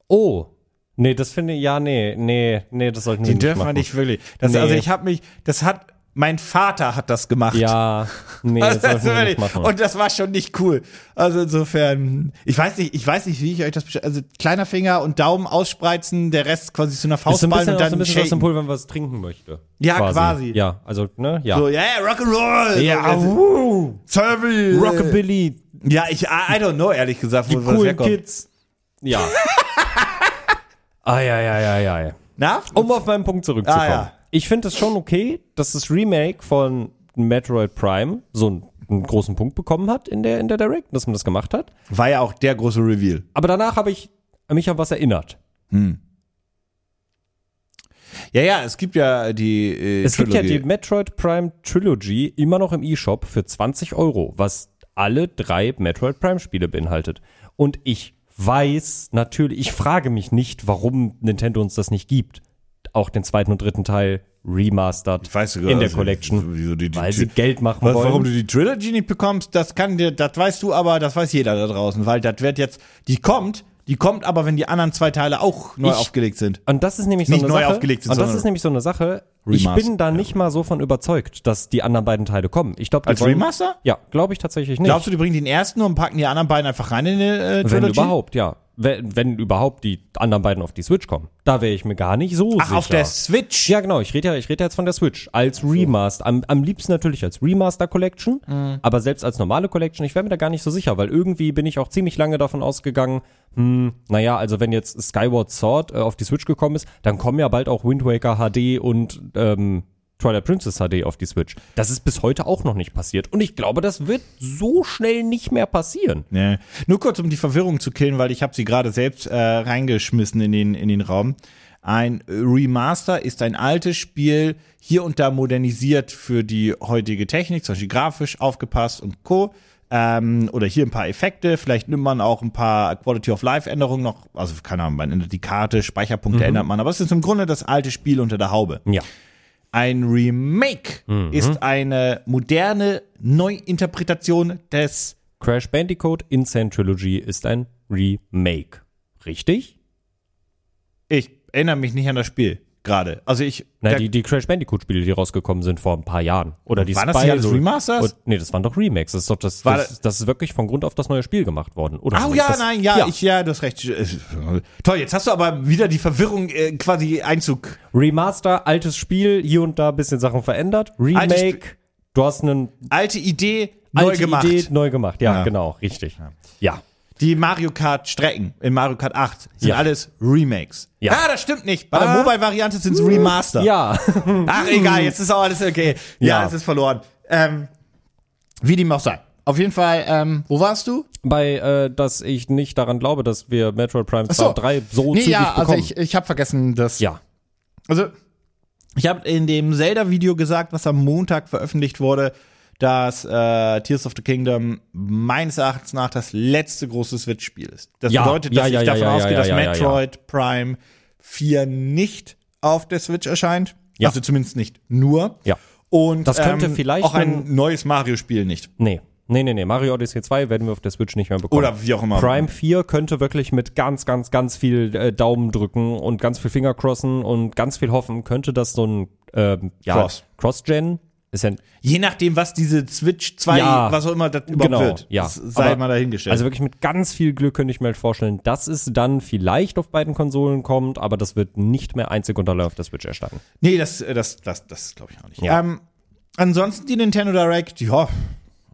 Speaker 1: Oh. Nee, das finde ich, ja, nee, nee, nee, das sollten wir
Speaker 2: Die
Speaker 1: nicht
Speaker 2: dürfen wir
Speaker 1: machen.
Speaker 2: nicht wirklich. Das, Also
Speaker 1: Nee.
Speaker 2: ich habe mich, das hat, mein Vater hat das gemacht.
Speaker 1: Ja,
Speaker 2: (laughs)
Speaker 1: nee, das sollten wir nicht machen.
Speaker 2: und das war schon nicht cool. Also insofern, ich weiß nicht, ich weiß nicht, wie ich euch das besch- also kleiner Finger und Daumen ausspreizen, der Rest quasi zu einer
Speaker 1: ist
Speaker 2: Faust
Speaker 1: so ein
Speaker 2: ballen
Speaker 1: bisschen, auch
Speaker 2: und
Speaker 1: so ein bisschen
Speaker 2: dann
Speaker 1: das
Speaker 2: shaken.
Speaker 1: Symbol, wenn man was trinken möchte.
Speaker 2: Ja, quasi.
Speaker 1: Ja, also, ne, ja.
Speaker 2: So, also, ja, yeah, Rock'n'Roll.
Speaker 1: ja,
Speaker 2: so,
Speaker 1: wuh,
Speaker 2: Service.
Speaker 1: Rockabilly,
Speaker 2: Ja, ich, I I don't know, ehrlich gesagt, wo, wo das
Speaker 1: coolen
Speaker 2: herkommt.
Speaker 1: Kids. Ja. (laughs) ai, ai, ai, ai, ai.
Speaker 2: Na?
Speaker 1: Um auf meinen Punkt zurückzukommen.
Speaker 2: Ah, ja.
Speaker 1: Ich finde es schon okay, dass das Remake von Metroid Prime so einen, einen großen Punkt bekommen hat in der, in der Direct, dass man das gemacht hat.
Speaker 2: War ja auch der große Reveal.
Speaker 1: Aber danach habe ich mich an was erinnert.
Speaker 2: Ja, ja, es gibt ja die äh,
Speaker 1: Es gibt ja
Speaker 2: Trilogie.
Speaker 1: die Metroid Prime Trilogy immer noch im eShop für 20 Euro, was alle drei Metroid Prime Spiele beinhaltet. Und ich weiß natürlich, ich frage mich nicht, warum Nintendo uns das nicht gibt. Auch den zweiten und dritten Teil remastered
Speaker 2: Weißt du,
Speaker 1: in der
Speaker 2: also,
Speaker 1: Collection,
Speaker 2: wieso die- die-
Speaker 1: weil sie Geld machen
Speaker 2: Was,
Speaker 1: wollen.
Speaker 2: warum du die Trilogy nicht bekommst, das kann dir, das weißt du aber, das weiß jeder da draußen, weil das wird jetzt, die kommt, die kommt aber, wenn die anderen zwei Teile auch neu
Speaker 1: Ich-
Speaker 2: aufgelegt sind.
Speaker 1: Und das ist nämlich
Speaker 2: Nicht
Speaker 1: so eine
Speaker 2: neu
Speaker 1: Sache.
Speaker 2: aufgelegt sind,
Speaker 1: und das
Speaker 2: sondern
Speaker 1: ist nämlich so eine Sache.
Speaker 2: Remastered,
Speaker 1: Ich bin da nicht mal so von überzeugt, dass die anderen beiden Teile kommen. Ich glaube,
Speaker 2: Als Remaster?
Speaker 1: Ja, glaube ich tatsächlich nicht.
Speaker 2: Glaubst du, die bringen den ersten und packen die anderen beiden einfach rein in die äh, Trilogy?
Speaker 1: wenn überhaupt, ja. Wenn, wenn überhaupt die anderen beiden auf die Switch kommen. Da wäre ich mir gar nicht so
Speaker 2: Ach,
Speaker 1: sicher.
Speaker 2: auf der Switch.
Speaker 1: ja, genau. Ich rede ja, ich rede jetzt von der Switch als Remaster. Am, am liebsten natürlich als Remaster Collection,
Speaker 2: Mhm.
Speaker 1: aber selbst als normale Collection, ich wäre mir da gar nicht so sicher, weil irgendwie bin ich auch ziemlich lange davon ausgegangen, hm, naja, also wenn jetzt Skyward Sword äh, auf die Switch gekommen ist, dann kommen ja bald auch Wind Waker HD und ähm, Twilight Princess HD auf die Switch. Das ist bis heute auch noch nicht passiert und ich glaube, das wird so schnell nicht mehr passieren.
Speaker 2: Nee. Nur kurz, um die Verwirrung zu killen, weil ich habe sie gerade selbst äh, reingeschmissen in den, in den Raum. Ein äh, Remaster ist ein altes Spiel, hier und da modernisiert für die heutige Technik, zum Beispiel grafisch aufgepasst und Co. Ähm, oder hier ein paar Effekte, vielleicht nimmt man auch ein paar Quality of Life Änderungen noch, also keine Ahnung, man ändert die Karte, Speicherpunkte ändert man, aber es ist im Grunde das alte Spiel unter der Haube.
Speaker 1: Ja.
Speaker 2: Ein Remake ist eine moderne Neuinterpretation des
Speaker 1: Crash Bandicoot Insane Trilogy ist ein Remake. Richtig?
Speaker 2: Ich erinnere mich nicht an das Spiel gerade. Also ich.
Speaker 1: Nein,
Speaker 2: da-
Speaker 1: die, die Crash Bandicoot-Spiele, die rausgekommen sind vor ein paar Jahren. Oder die
Speaker 2: Waren das nicht alles
Speaker 1: Spyro-
Speaker 2: Remasters?
Speaker 1: Und, nee, das waren doch Remakes. Das ist doch das,
Speaker 2: War
Speaker 1: das, das ist wirklich von Grund auf das neue Spiel gemacht worden. Oder
Speaker 2: Oh
Speaker 1: so.
Speaker 2: ja,
Speaker 1: das,
Speaker 2: nein, ja,
Speaker 1: ja.
Speaker 2: ich, ja, du hast recht. Äh, Toll, jetzt hast du aber wieder die Verwirrung äh, quasi Einzug.
Speaker 1: Remaster, altes Spiel, hier und da ein bisschen Sachen verändert. Remake, du hast einen
Speaker 2: Alte Idee, neu
Speaker 1: alte
Speaker 2: gemacht.
Speaker 1: Idee neu gemacht. Ja,
Speaker 2: Ja.
Speaker 1: genau, richtig. Ja.
Speaker 2: Die Mario Kart Strecken in Mario Kart 8 sind
Speaker 1: Ja.
Speaker 2: alles Remakes.
Speaker 1: Ja.
Speaker 2: Ah, das stimmt nicht. Bei der
Speaker 1: Ah.
Speaker 2: Mobile-Variante sind es Remaster.
Speaker 1: Ja. (laughs)
Speaker 2: Ach, egal, jetzt ist auch alles okay. Ja,
Speaker 1: Ja.
Speaker 2: es ist verloren. Ähm, wie dem auch sei. Auf jeden Fall, ähm, wo warst du?
Speaker 1: Bei, äh, dass ich nicht daran glaube, dass wir Metroid Prime 2
Speaker 2: Achso.
Speaker 1: und 3 so
Speaker 2: nee,
Speaker 1: zügig
Speaker 2: ja, also
Speaker 1: bekommen.
Speaker 2: ich, ich habe vergessen, dass
Speaker 1: ja.
Speaker 2: Also, ich habe in dem Zelda-Video gesagt, was am Montag veröffentlicht wurde, dass äh, Tears of the Kingdom meines Erachtens nach das letzte große Switch-Spiel ist. Das
Speaker 1: Ja,
Speaker 2: bedeutet,
Speaker 1: ja,
Speaker 2: dass
Speaker 1: ja,
Speaker 2: ich
Speaker 1: ja,
Speaker 2: davon
Speaker 1: ja,
Speaker 2: ausgehe,
Speaker 1: ja,
Speaker 2: dass
Speaker 1: ja, ja, ja.
Speaker 2: Metroid Prime 4 nicht auf der Switch erscheint.
Speaker 1: Ja.
Speaker 2: Also zumindest nicht nur.
Speaker 1: Ja.
Speaker 2: Und ähm,
Speaker 1: Das könnte vielleicht
Speaker 2: auch ein
Speaker 1: ein-
Speaker 2: neues Mario-Spiel nicht.
Speaker 1: Nee. Nee, nee, nee. Mario Odyssey 2 werden wir auf der Switch nicht mehr bekommen.
Speaker 2: Oder wie auch immer.
Speaker 1: Prime 4 könnte wirklich mit ganz, ganz, ganz viel äh, Daumen drücken und ganz viel Finger crossen und ganz viel hoffen, könnte das so ein ähm, ja,
Speaker 2: Cross.
Speaker 1: Cross-Gen ist ja
Speaker 2: Je nachdem, was diese Switch 2,
Speaker 1: Ja.
Speaker 2: was auch immer das überhaupt
Speaker 1: genau,
Speaker 2: wird.
Speaker 1: Ja.
Speaker 2: Das sei
Speaker 1: Aber-
Speaker 2: mal dahingestellt.
Speaker 1: Also wirklich mit ganz viel Glück könnte ich mir halt vorstellen, dass es dann vielleicht auf beiden Konsolen kommt, aber das wird nicht mehr einzig und allein auf der Switch erstatten.
Speaker 2: Nee, das, äh, das, das, das glaube ich auch nicht.
Speaker 1: Ja.
Speaker 2: Ähm, ansonsten die Nintendo Direct, ja,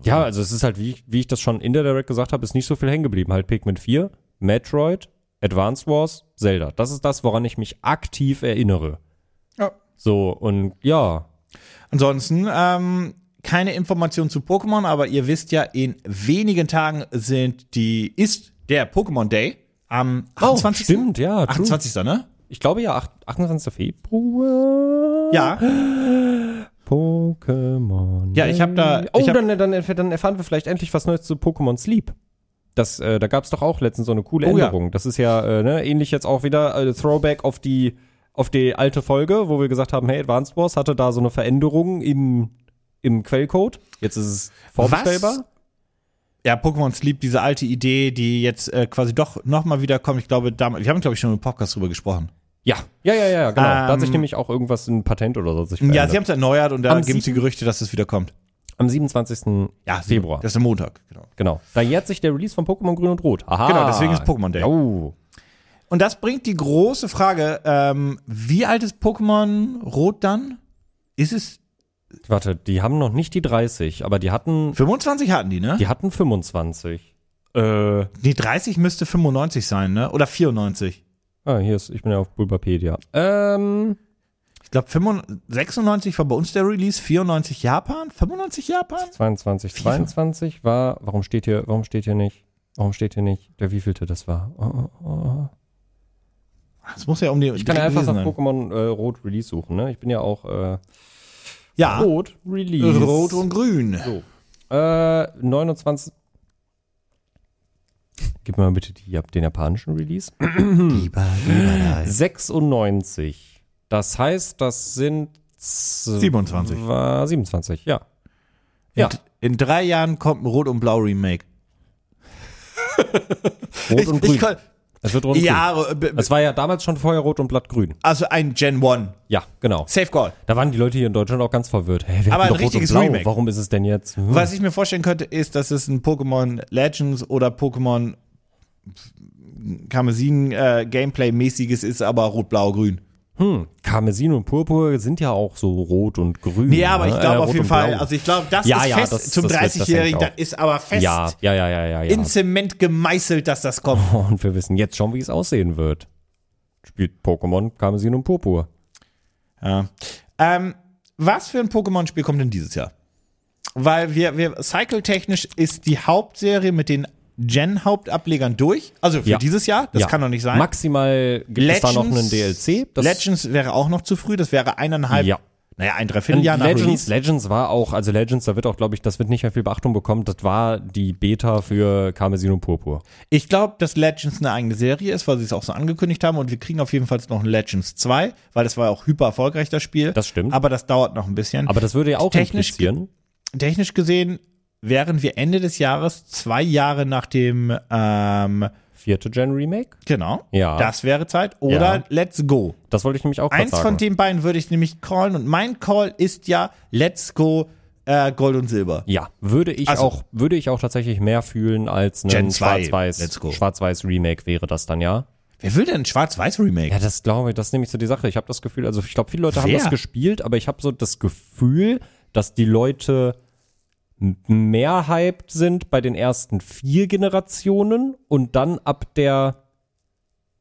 Speaker 1: Ja, also es ist halt, wie ich, wie ich das schon in der Direct gesagt habe, ist nicht so viel hängen geblieben. Halt Pikmin 4, Metroid, Advance Wars, Zelda. Das ist das, woran ich mich aktiv erinnere.
Speaker 2: Ja.
Speaker 1: So, und ja,
Speaker 2: Ansonsten ähm, keine Informationen zu Pokémon, aber ihr wisst ja, in wenigen Tagen sind die ist der Pokémon Day am 28.
Speaker 1: Oh, stimmt, ja, true.
Speaker 2: 28. Ne?
Speaker 1: Ich glaube ja, acht- 28. Februar.
Speaker 2: Ja.
Speaker 1: Pokémon.
Speaker 2: Ja, ich hab da-
Speaker 1: Oh,
Speaker 2: Äh, ich hab-
Speaker 1: dann, dann, erf- dann erfahren wir vielleicht endlich was Neues zu Pokémon Sleep. Das, äh, da gab's doch auch letztens so eine coole
Speaker 2: Oh, ja.
Speaker 1: Änderung. Das ist ja äh, ne, ähnlich jetzt auch wieder äh, Throwback auf die, auf die alte Folge, wo wir gesagt haben, hey, Advanced Wars hatte da so eine Veränderung im, im Quellcode. Jetzt ist es vorbestellbar.
Speaker 2: Ja, Pokémon Sleep, diese alte Idee, die jetzt äh, quasi doch nochmal wiederkommt. Ich glaube, damals, wir haben, glaube ich, schon im Podcast drüber gesprochen.
Speaker 1: Ja, ja, ja, ja, genau. da hat sich
Speaker 2: Ähm,
Speaker 1: nämlich auch irgendwas ein Patent oder so. hat Sich
Speaker 2: Ja,
Speaker 1: verändert.
Speaker 2: sie haben es erneuert und da
Speaker 1: Am
Speaker 2: gibt es die
Speaker 1: sieben-
Speaker 2: Gerüchte, dass es wiederkommt.
Speaker 1: Am 27.
Speaker 2: Ja,
Speaker 1: Februar.
Speaker 2: Das ist ein Montag, genau.
Speaker 1: Genau. Da jährt sich der Release von Pokémon Grün und Rot. Aha.
Speaker 2: Genau, deswegen ist Pokémon Day.
Speaker 1: Oh.
Speaker 2: Und das bringt die große Frage, ähm, wie alt ist Pokémon Rot dann? Ist es
Speaker 1: Warte, die haben noch nicht die 30, aber die hatten,
Speaker 2: 25 hatten die, ne?
Speaker 1: die hatten 25. Äh.
Speaker 2: Nee, 30 müsste 95 sein, ne? Oder 94.
Speaker 1: Ah, hier ist, ich bin ja auf Bulbapedia. Ähm,
Speaker 2: Ich glaube, 96 war bei uns der Release, 94 Japan, 95 Japan?
Speaker 1: 22, 22 war, warum steht hier, warum steht hier nicht, warum steht hier nicht, der wievielte das war? Oh, oh, oh.
Speaker 2: Das muss ja um die
Speaker 1: Ich kann ja einfach nach Pokémon äh, Rot Release suchen, ne? Ich bin ja auch äh,
Speaker 2: Ja, rot,
Speaker 1: Rot Release.
Speaker 2: und grün.
Speaker 1: Äh, 29. Gib mir mal bitte die, den japanischen Release.
Speaker 2: Lieber, lieber da.
Speaker 1: 96. Das heißt, das sind z-
Speaker 2: 27.
Speaker 1: War 27, ja. Ja.
Speaker 2: In, in drei Jahren kommt ein Rot und Blau Remake.
Speaker 1: Rot
Speaker 2: Ich-
Speaker 1: und
Speaker 2: ich
Speaker 1: grün.
Speaker 2: kann-
Speaker 1: es wird rot und grün. Also-
Speaker 2: Ja, äh, b- b-
Speaker 1: Es war ja damals schon vorher rot und blattgrün.
Speaker 2: also ein Gen 1.
Speaker 1: Ja, genau.
Speaker 2: Safe Call.
Speaker 1: Da waren die Leute hier in Deutschland auch ganz verwirrt. Hä, wir
Speaker 2: Aber
Speaker 1: hatten doch
Speaker 2: ein
Speaker 1: rot und
Speaker 2: richtiges
Speaker 1: blau.
Speaker 2: Remake.
Speaker 1: Warum ist es denn jetzt? Hm.
Speaker 2: Was ich mir vorstellen könnte, ist, dass es ein Pokémon Legends oder Pokémon Karmesin äh, Gameplay-mäßiges ist, aber rot, blau, grün.
Speaker 1: Karmesin und Purpur sind ja auch so rot und grün.
Speaker 2: Nee, aber ich
Speaker 1: ne?
Speaker 2: glaube
Speaker 1: Äh,
Speaker 2: auf
Speaker 1: rot
Speaker 2: jeden
Speaker 1: und
Speaker 2: Fall,
Speaker 1: blau.
Speaker 2: also ich glaube, das
Speaker 1: Ja,
Speaker 2: ist
Speaker 1: ja,
Speaker 2: fest
Speaker 1: das-
Speaker 2: zum
Speaker 1: das wird- das
Speaker 2: 30-Jährigen,
Speaker 1: denke ich
Speaker 2: das
Speaker 1: auch.
Speaker 2: ist aber fest
Speaker 1: ja, ja, ja, ja, ja, ja.
Speaker 2: in Zement gemeißelt, dass das kommt.
Speaker 1: Und wir wissen jetzt schon, wie es aussehen wird. Spielt Pokémon Karmesin und Purpur.
Speaker 2: Ja. Ähm, was für ein Pokémon-Spiel kommt denn dieses Jahr? Weil wir, wir cycle-technisch ist die Hauptserie mit den Gen-Hauptablegern durch. Also für
Speaker 1: Ja.
Speaker 2: dieses Jahr, das
Speaker 1: Ja.
Speaker 2: kann doch nicht sein.
Speaker 1: Maximal gibt es da noch einen DLC. Das-
Speaker 2: Legends wäre auch noch zu früh, das wäre eineinhalb,
Speaker 1: Ja.
Speaker 2: naja, ein Dreivierteljahr nach
Speaker 1: Legends,
Speaker 2: Release.
Speaker 1: Legends war auch, also Legends, da wird auch, glaube ich, das wird nicht mehr viel Beachtung bekommen. Das war die Beta für Karmesin und Purpur.
Speaker 2: Ich glaube, dass Legends eine eigene Serie ist, weil sie es auch so angekündigt haben und wir kriegen auf jeden Fall noch ein Legends 2, weil das war ja auch hyper erfolgreich, das Spiel.
Speaker 1: Das stimmt.
Speaker 2: Aber das dauert noch ein bisschen.
Speaker 1: Aber das würde ja auch
Speaker 2: Technisch
Speaker 1: implizieren.
Speaker 2: technisch gesehen wären wir Ende des Jahres zwei Jahre nach dem, ähm,
Speaker 1: Vierte Gen Remake?
Speaker 2: genau,
Speaker 1: Ja.
Speaker 2: das wäre Zeit. Oder
Speaker 1: Ja.
Speaker 2: Let's Go.
Speaker 1: Das wollte ich nämlich auch grad
Speaker 2: Eins
Speaker 1: sagen.
Speaker 2: von den beiden würde ich nämlich callen und mein Call ist ja Let's Go äh, Gold und Silber.
Speaker 1: Ja, würde ich
Speaker 2: Also-
Speaker 1: auch, würde ich auch tatsächlich mehr fühlen als
Speaker 2: Gen
Speaker 1: ein
Speaker 2: 2,
Speaker 1: Schwarz-Weiß,
Speaker 2: let's go.
Speaker 1: Schwarz-Weiß Remake wäre das dann, ja?
Speaker 2: Wer will denn ein Schwarz-Weiß-Remake?
Speaker 1: Ja, das glaube ich, das ist nämlich so die Sache. Ich habe das Gefühl, also ich glaube, viele Leute haben
Speaker 2: Wer?
Speaker 1: das gespielt, aber ich habe so das Gefühl, dass die Leute m- mehr hyped sind bei den ersten vier Generationen und dann ab der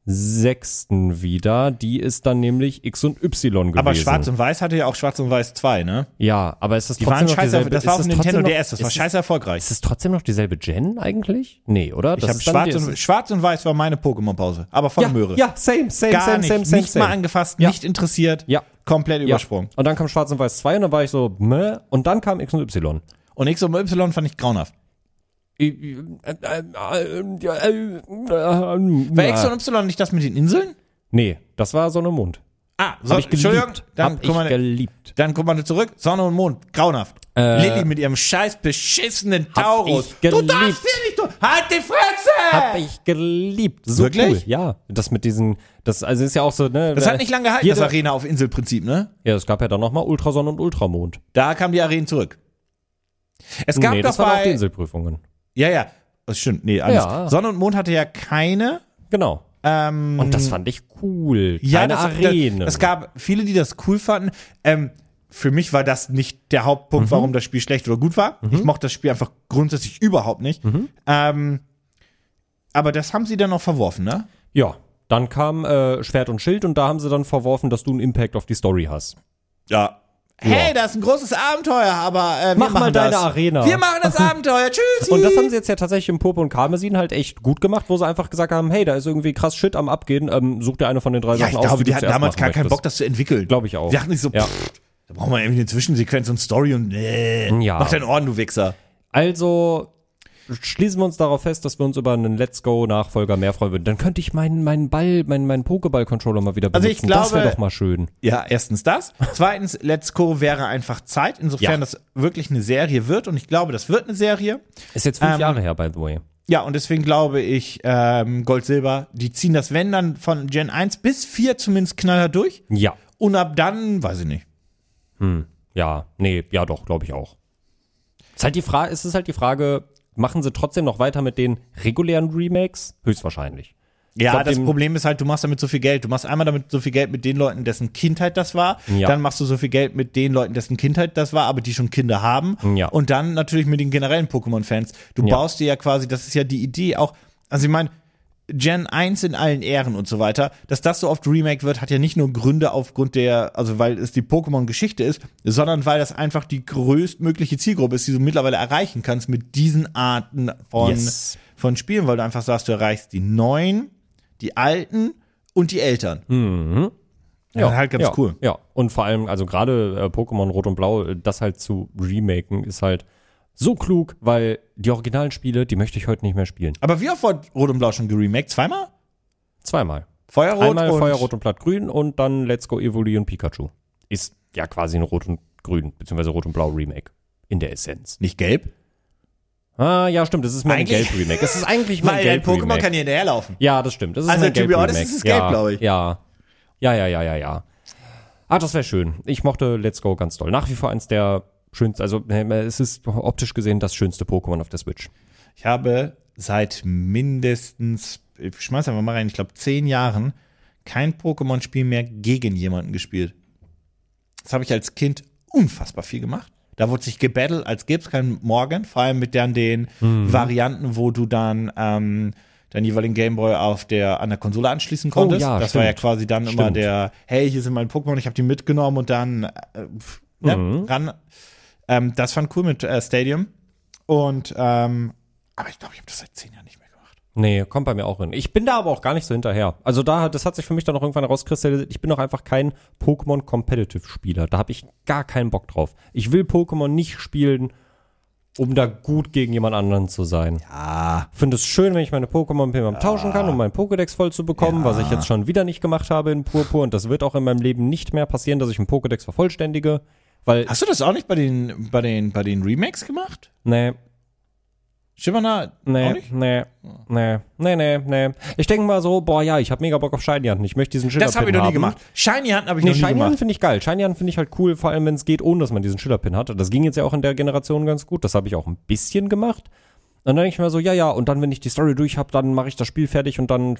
Speaker 1: sechsten wieder. Die ist dann nämlich X und Y gewesen.
Speaker 2: Aber Schwarz und Weiß hatte ja auch Schwarz und Weiß 2, ne?
Speaker 1: Ja, aber ist das
Speaker 2: Die
Speaker 1: trotzdem
Speaker 2: waren
Speaker 1: noch
Speaker 2: scheiße,
Speaker 1: dieselbe?
Speaker 2: das war
Speaker 1: ist
Speaker 2: auf dem
Speaker 1: trotzdem
Speaker 2: Nintendo
Speaker 1: noch,
Speaker 2: DS, das war
Speaker 1: ist,
Speaker 2: scheiße erfolgreich.
Speaker 1: Ist es trotzdem noch dieselbe Gen eigentlich? Nee, oder?
Speaker 2: Ich habe
Speaker 1: ist dann
Speaker 2: Schwarz
Speaker 1: die-
Speaker 2: und, Schwarz und Weiß war meine Pokémon-Pause, aber voll
Speaker 1: ja,
Speaker 2: Möhre.
Speaker 1: ja, same, same,
Speaker 2: Gar
Speaker 1: same,
Speaker 2: nicht,
Speaker 1: same, same,
Speaker 2: nicht
Speaker 1: same.
Speaker 2: mal angefasst,
Speaker 1: Ja.
Speaker 2: nicht interessiert,
Speaker 1: Ja.
Speaker 2: komplett übersprungen.
Speaker 1: Und dann kam Schwarz und Weiß 2 und dann war ich so, meh, und dann kam X und Y.
Speaker 2: Und X und Y fand ich grauenhaft. Bei X und Y nicht das mit den Inseln?
Speaker 1: Nee, das war Sonne und Mond.
Speaker 2: Ah, so,
Speaker 1: Hab ich
Speaker 2: Entschuldigung,
Speaker 1: geliebt.
Speaker 2: dann
Speaker 1: Hab ich
Speaker 2: kommen
Speaker 1: geliebt.
Speaker 2: dann guck mal zurück. Sonne und Mond, grauenhaft.
Speaker 1: Äh,
Speaker 2: Lilly mit ihrem scheiß beschissenen
Speaker 1: hab
Speaker 2: Taurus.
Speaker 1: ich
Speaker 2: Du
Speaker 1: geliebt.
Speaker 2: darfst hier nicht durch. Halt die Fresse!
Speaker 1: Hab ich geliebt. So cool.
Speaker 2: Wirklich?
Speaker 1: Ja, das mit diesen, das also ist ja auch so, ne?
Speaker 2: das hat nicht lange gehalten,
Speaker 1: Jeder-
Speaker 2: das Arena auf Inselprinzip, ne?
Speaker 1: Ja, es gab ja dann nochmal Ultrasonne und Ultramond.
Speaker 2: Da kamen die Arenen zurück. Es gab
Speaker 1: nee,
Speaker 2: doch
Speaker 1: das waren auch die
Speaker 2: bei
Speaker 1: Inselprüfungen.
Speaker 2: Ja, ja. Das stimmt. Nee, anders.
Speaker 1: Ja.
Speaker 2: Sonne und Mond hatte ja keine
Speaker 1: Genau.
Speaker 2: ähm,
Speaker 1: Und das fand ich cool.
Speaker 2: Ja,
Speaker 1: Keine
Speaker 2: das,
Speaker 1: Arenen.
Speaker 2: Das, es gab viele, die das cool fanden. Ähm, für mich war das nicht der
Speaker 1: Mhm.
Speaker 2: Hauptpunkt, warum das Spiel schlecht oder gut war. Ich mochte das Spiel einfach grundsätzlich überhaupt nicht.
Speaker 1: Mhm.
Speaker 2: Ähm, aber das haben sie dann noch verworfen, ne?
Speaker 1: Ja, dann kam äh, Schwert und Schild und da haben sie dann verworfen, dass du einen Impact auf die Story hast.
Speaker 2: Ja. Hey, das ist ein großes Abenteuer, aber äh, wir
Speaker 1: Mach
Speaker 2: machen
Speaker 1: mal deine
Speaker 2: das.
Speaker 1: Arena.
Speaker 2: Wir machen
Speaker 1: (laughs)
Speaker 2: das Abenteuer. Tschüssi.
Speaker 1: Und das haben sie jetzt ja tatsächlich im Purple und Karmesin halt echt gut gemacht, wo sie einfach gesagt haben, hey, da ist irgendwie krass Shit am Abgehen, ähm, such dir eine von den drei
Speaker 2: ja,
Speaker 1: Sachen
Speaker 2: ich
Speaker 1: aus.
Speaker 2: glaube,
Speaker 1: du
Speaker 2: die hatten
Speaker 1: zuerst
Speaker 2: damals
Speaker 1: machen
Speaker 2: gar keinen
Speaker 1: möchtest.
Speaker 2: Bock, das zu entwickeln.
Speaker 1: Glaube ich auch.
Speaker 2: Die hatten nicht so,
Speaker 1: Ja.
Speaker 2: pff, da brauchen wir irgendwie eine Zwischensequenz und Story und nee.
Speaker 1: Ja.
Speaker 2: Mach deinen Orden, du Wichser.
Speaker 1: Also schließen wir uns darauf fest, dass wir uns über einen Let's Go-Nachfolger mehr freuen würden. Dann könnte ich meinen, meinen Ball, meinen, meinen Pokéball-Controller mal wieder benutzen.
Speaker 2: Also ich
Speaker 1: das wäre
Speaker 2: glaube-
Speaker 1: doch mal schön.
Speaker 2: Ja, erstens das. Zweitens, Let's Go wäre einfach Zeit, insofern
Speaker 1: Ja.
Speaker 2: das wirklich eine Serie wird. Und ich glaube, das wird eine Serie.
Speaker 1: Ist jetzt fünf
Speaker 2: Ähm,
Speaker 1: Jahre her, by the way.
Speaker 2: Ja, und deswegen glaube ich, ähm, Gold, Silber, die ziehen das, wenn dann, von Gen 1 bis 4 zumindest knaller durch.
Speaker 1: Ja.
Speaker 2: Und ab dann, weiß ich nicht.
Speaker 1: Ja, nee, ja doch, glaube ich auch. Ist halt die Frage, ist es halt die Frage, machen sie trotzdem noch weiter mit den regulären Remakes? Höchstwahrscheinlich.
Speaker 2: Ja,
Speaker 1: glaub,
Speaker 2: das
Speaker 1: dem-
Speaker 2: Problem ist halt, du machst damit so viel Geld. Du machst einmal damit so viel Geld mit den Leuten, dessen Kindheit das war.
Speaker 1: Ja.
Speaker 2: Dann machst du so viel Geld mit den Leuten, dessen Kindheit das war, aber die schon Kinder haben.
Speaker 1: Ja.
Speaker 2: Und dann natürlich mit den generellen Pokémon-Fans. Du
Speaker 1: Ja.
Speaker 2: baust dir ja quasi, das ist ja die Idee auch. Also ich meine, Gen 1 in allen Ehren und so weiter, dass das so oft Remake wird, hat ja nicht nur Gründe aufgrund der, also weil es die Pokémon-Geschichte ist, sondern weil das einfach die größtmögliche Zielgruppe ist, die du mittlerweile erreichen kannst mit diesen Arten von,
Speaker 1: Yes.
Speaker 2: von Spielen, weil du einfach sagst, du erreichst die neuen, die alten und die Eltern.
Speaker 1: Hm.
Speaker 2: Ja, halt ganz
Speaker 1: ja,
Speaker 2: cool.
Speaker 1: Ja, und vor allem, also gerade äh, Pokémon Rot und Blau, äh, das halt zu remaken, ist halt so klug, weil die originalen Spiele, die möchte ich heute nicht mehr spielen.
Speaker 2: Aber wie oft wurde Rot und Blau schon geremaked? Zweimal?
Speaker 1: Zweimal.
Speaker 2: Feuerrot
Speaker 1: Einmal
Speaker 2: und
Speaker 1: Feuerrot und Blattgrün und dann Let's Go Evoli und Pikachu. Ist ja quasi ein Rot und Grün, beziehungsweise Rot und Blau Remake. In der Essenz.
Speaker 2: Nicht gelb?
Speaker 1: Ah, ja, stimmt, es ist mein
Speaker 2: Eigentlich-
Speaker 1: Gelb-Remake. Es ist
Speaker 2: (laughs)
Speaker 1: eigentlich mein
Speaker 2: Weil dein Pokémon
Speaker 1: Gelb-Remake.
Speaker 2: kann dir hinterherlaufen.
Speaker 1: Ja, das stimmt. Das ist
Speaker 2: Also,
Speaker 1: mein
Speaker 2: to be
Speaker 1: Gelb
Speaker 2: honest,
Speaker 1: Remake.
Speaker 2: ist es gelb,
Speaker 1: ja,
Speaker 2: glaub ich.
Speaker 1: Ja. Ja, ja, ja, ja, ja. Ah, das wäre schön. Ich mochte Let's Go ganz doll. Nach wie vor eins der schönsten, also äh, es ist optisch gesehen das schönste Pokémon auf der Switch.
Speaker 2: Ich habe seit mindestens, ich schmeiß einfach mal rein, ich glaube zehn Jahren kein Pokémon-Spiel mehr gegen jemanden gespielt. Das habe ich als Kind unfassbar viel gemacht. Da wurde sich gebattelt, als gäbe es keinen Morgen, vor allem mit dann den
Speaker 1: Mhm.
Speaker 2: Varianten, wo du dann ähm, deinen jeweiligen Gameboy auf der, an der Konsole anschließen konntest.
Speaker 1: Oh ja,
Speaker 2: das war ja
Speaker 1: stimmt.
Speaker 2: quasi dann immer
Speaker 1: Stimmt.
Speaker 2: der, hey, hier sind meine Pokémon, ich habe die mitgenommen und dann äh, pf, ne,
Speaker 1: Mhm.
Speaker 2: ran. Ähm, das fand cool mit äh, Stadium. Und ähm, aber ich glaube, ich habe das seit zehn Jahren nicht mehr gemacht.
Speaker 1: Nee, kommt bei mir auch hin. Ich bin da aber auch gar nicht so hinterher. Also da, das hat sich für mich dann auch irgendwann herauskristallisiert. Ich bin auch einfach kein Pokémon-Competitive-Spieler. Da habe ich gar keinen Bock drauf. Ich will Pokémon nicht spielen, um da gut gegen jemand anderen zu sein.
Speaker 2: Ah.
Speaker 1: finde es schön, wenn ich meine Pokémon mit jemandem tauschen kann, um meinen Pokédex voll zu bekommen, was ich jetzt schon wieder nicht gemacht habe in Purpur. Und das wird auch in meinem Leben nicht mehr passieren, dass ich einen Pokédex vervollständige, weil,
Speaker 2: Hast du das auch nicht bei den, bei den, bei den Remakes gemacht?
Speaker 1: nee,
Speaker 2: Schimmerna, auch
Speaker 1: nee, Hm.
Speaker 2: nicht?
Speaker 1: nee, nee, nee, nee, nee. Ich denke mal so, boah, ja, ich habe mega Bock auf Shinyant. Ich möchte diesen Schillerpin
Speaker 2: Das habe ich noch nie
Speaker 1: haben.
Speaker 2: gemacht. Shiny Hand habe ich
Speaker 1: Nee,
Speaker 2: noch nie
Speaker 1: Shinyant
Speaker 2: gemacht.
Speaker 1: finde ich geil. Shinyant finde ich halt cool, vor allem wenn es geht, ohne dass man diesen Schillerpin hatte. Das ging jetzt ja auch in der Generation ganz gut. Das habe ich auch ein bisschen gemacht. Und dann denke ich mir so, ja, ja, und dann, wenn ich die Story durch habe, dann mache ich das Spiel fertig und dann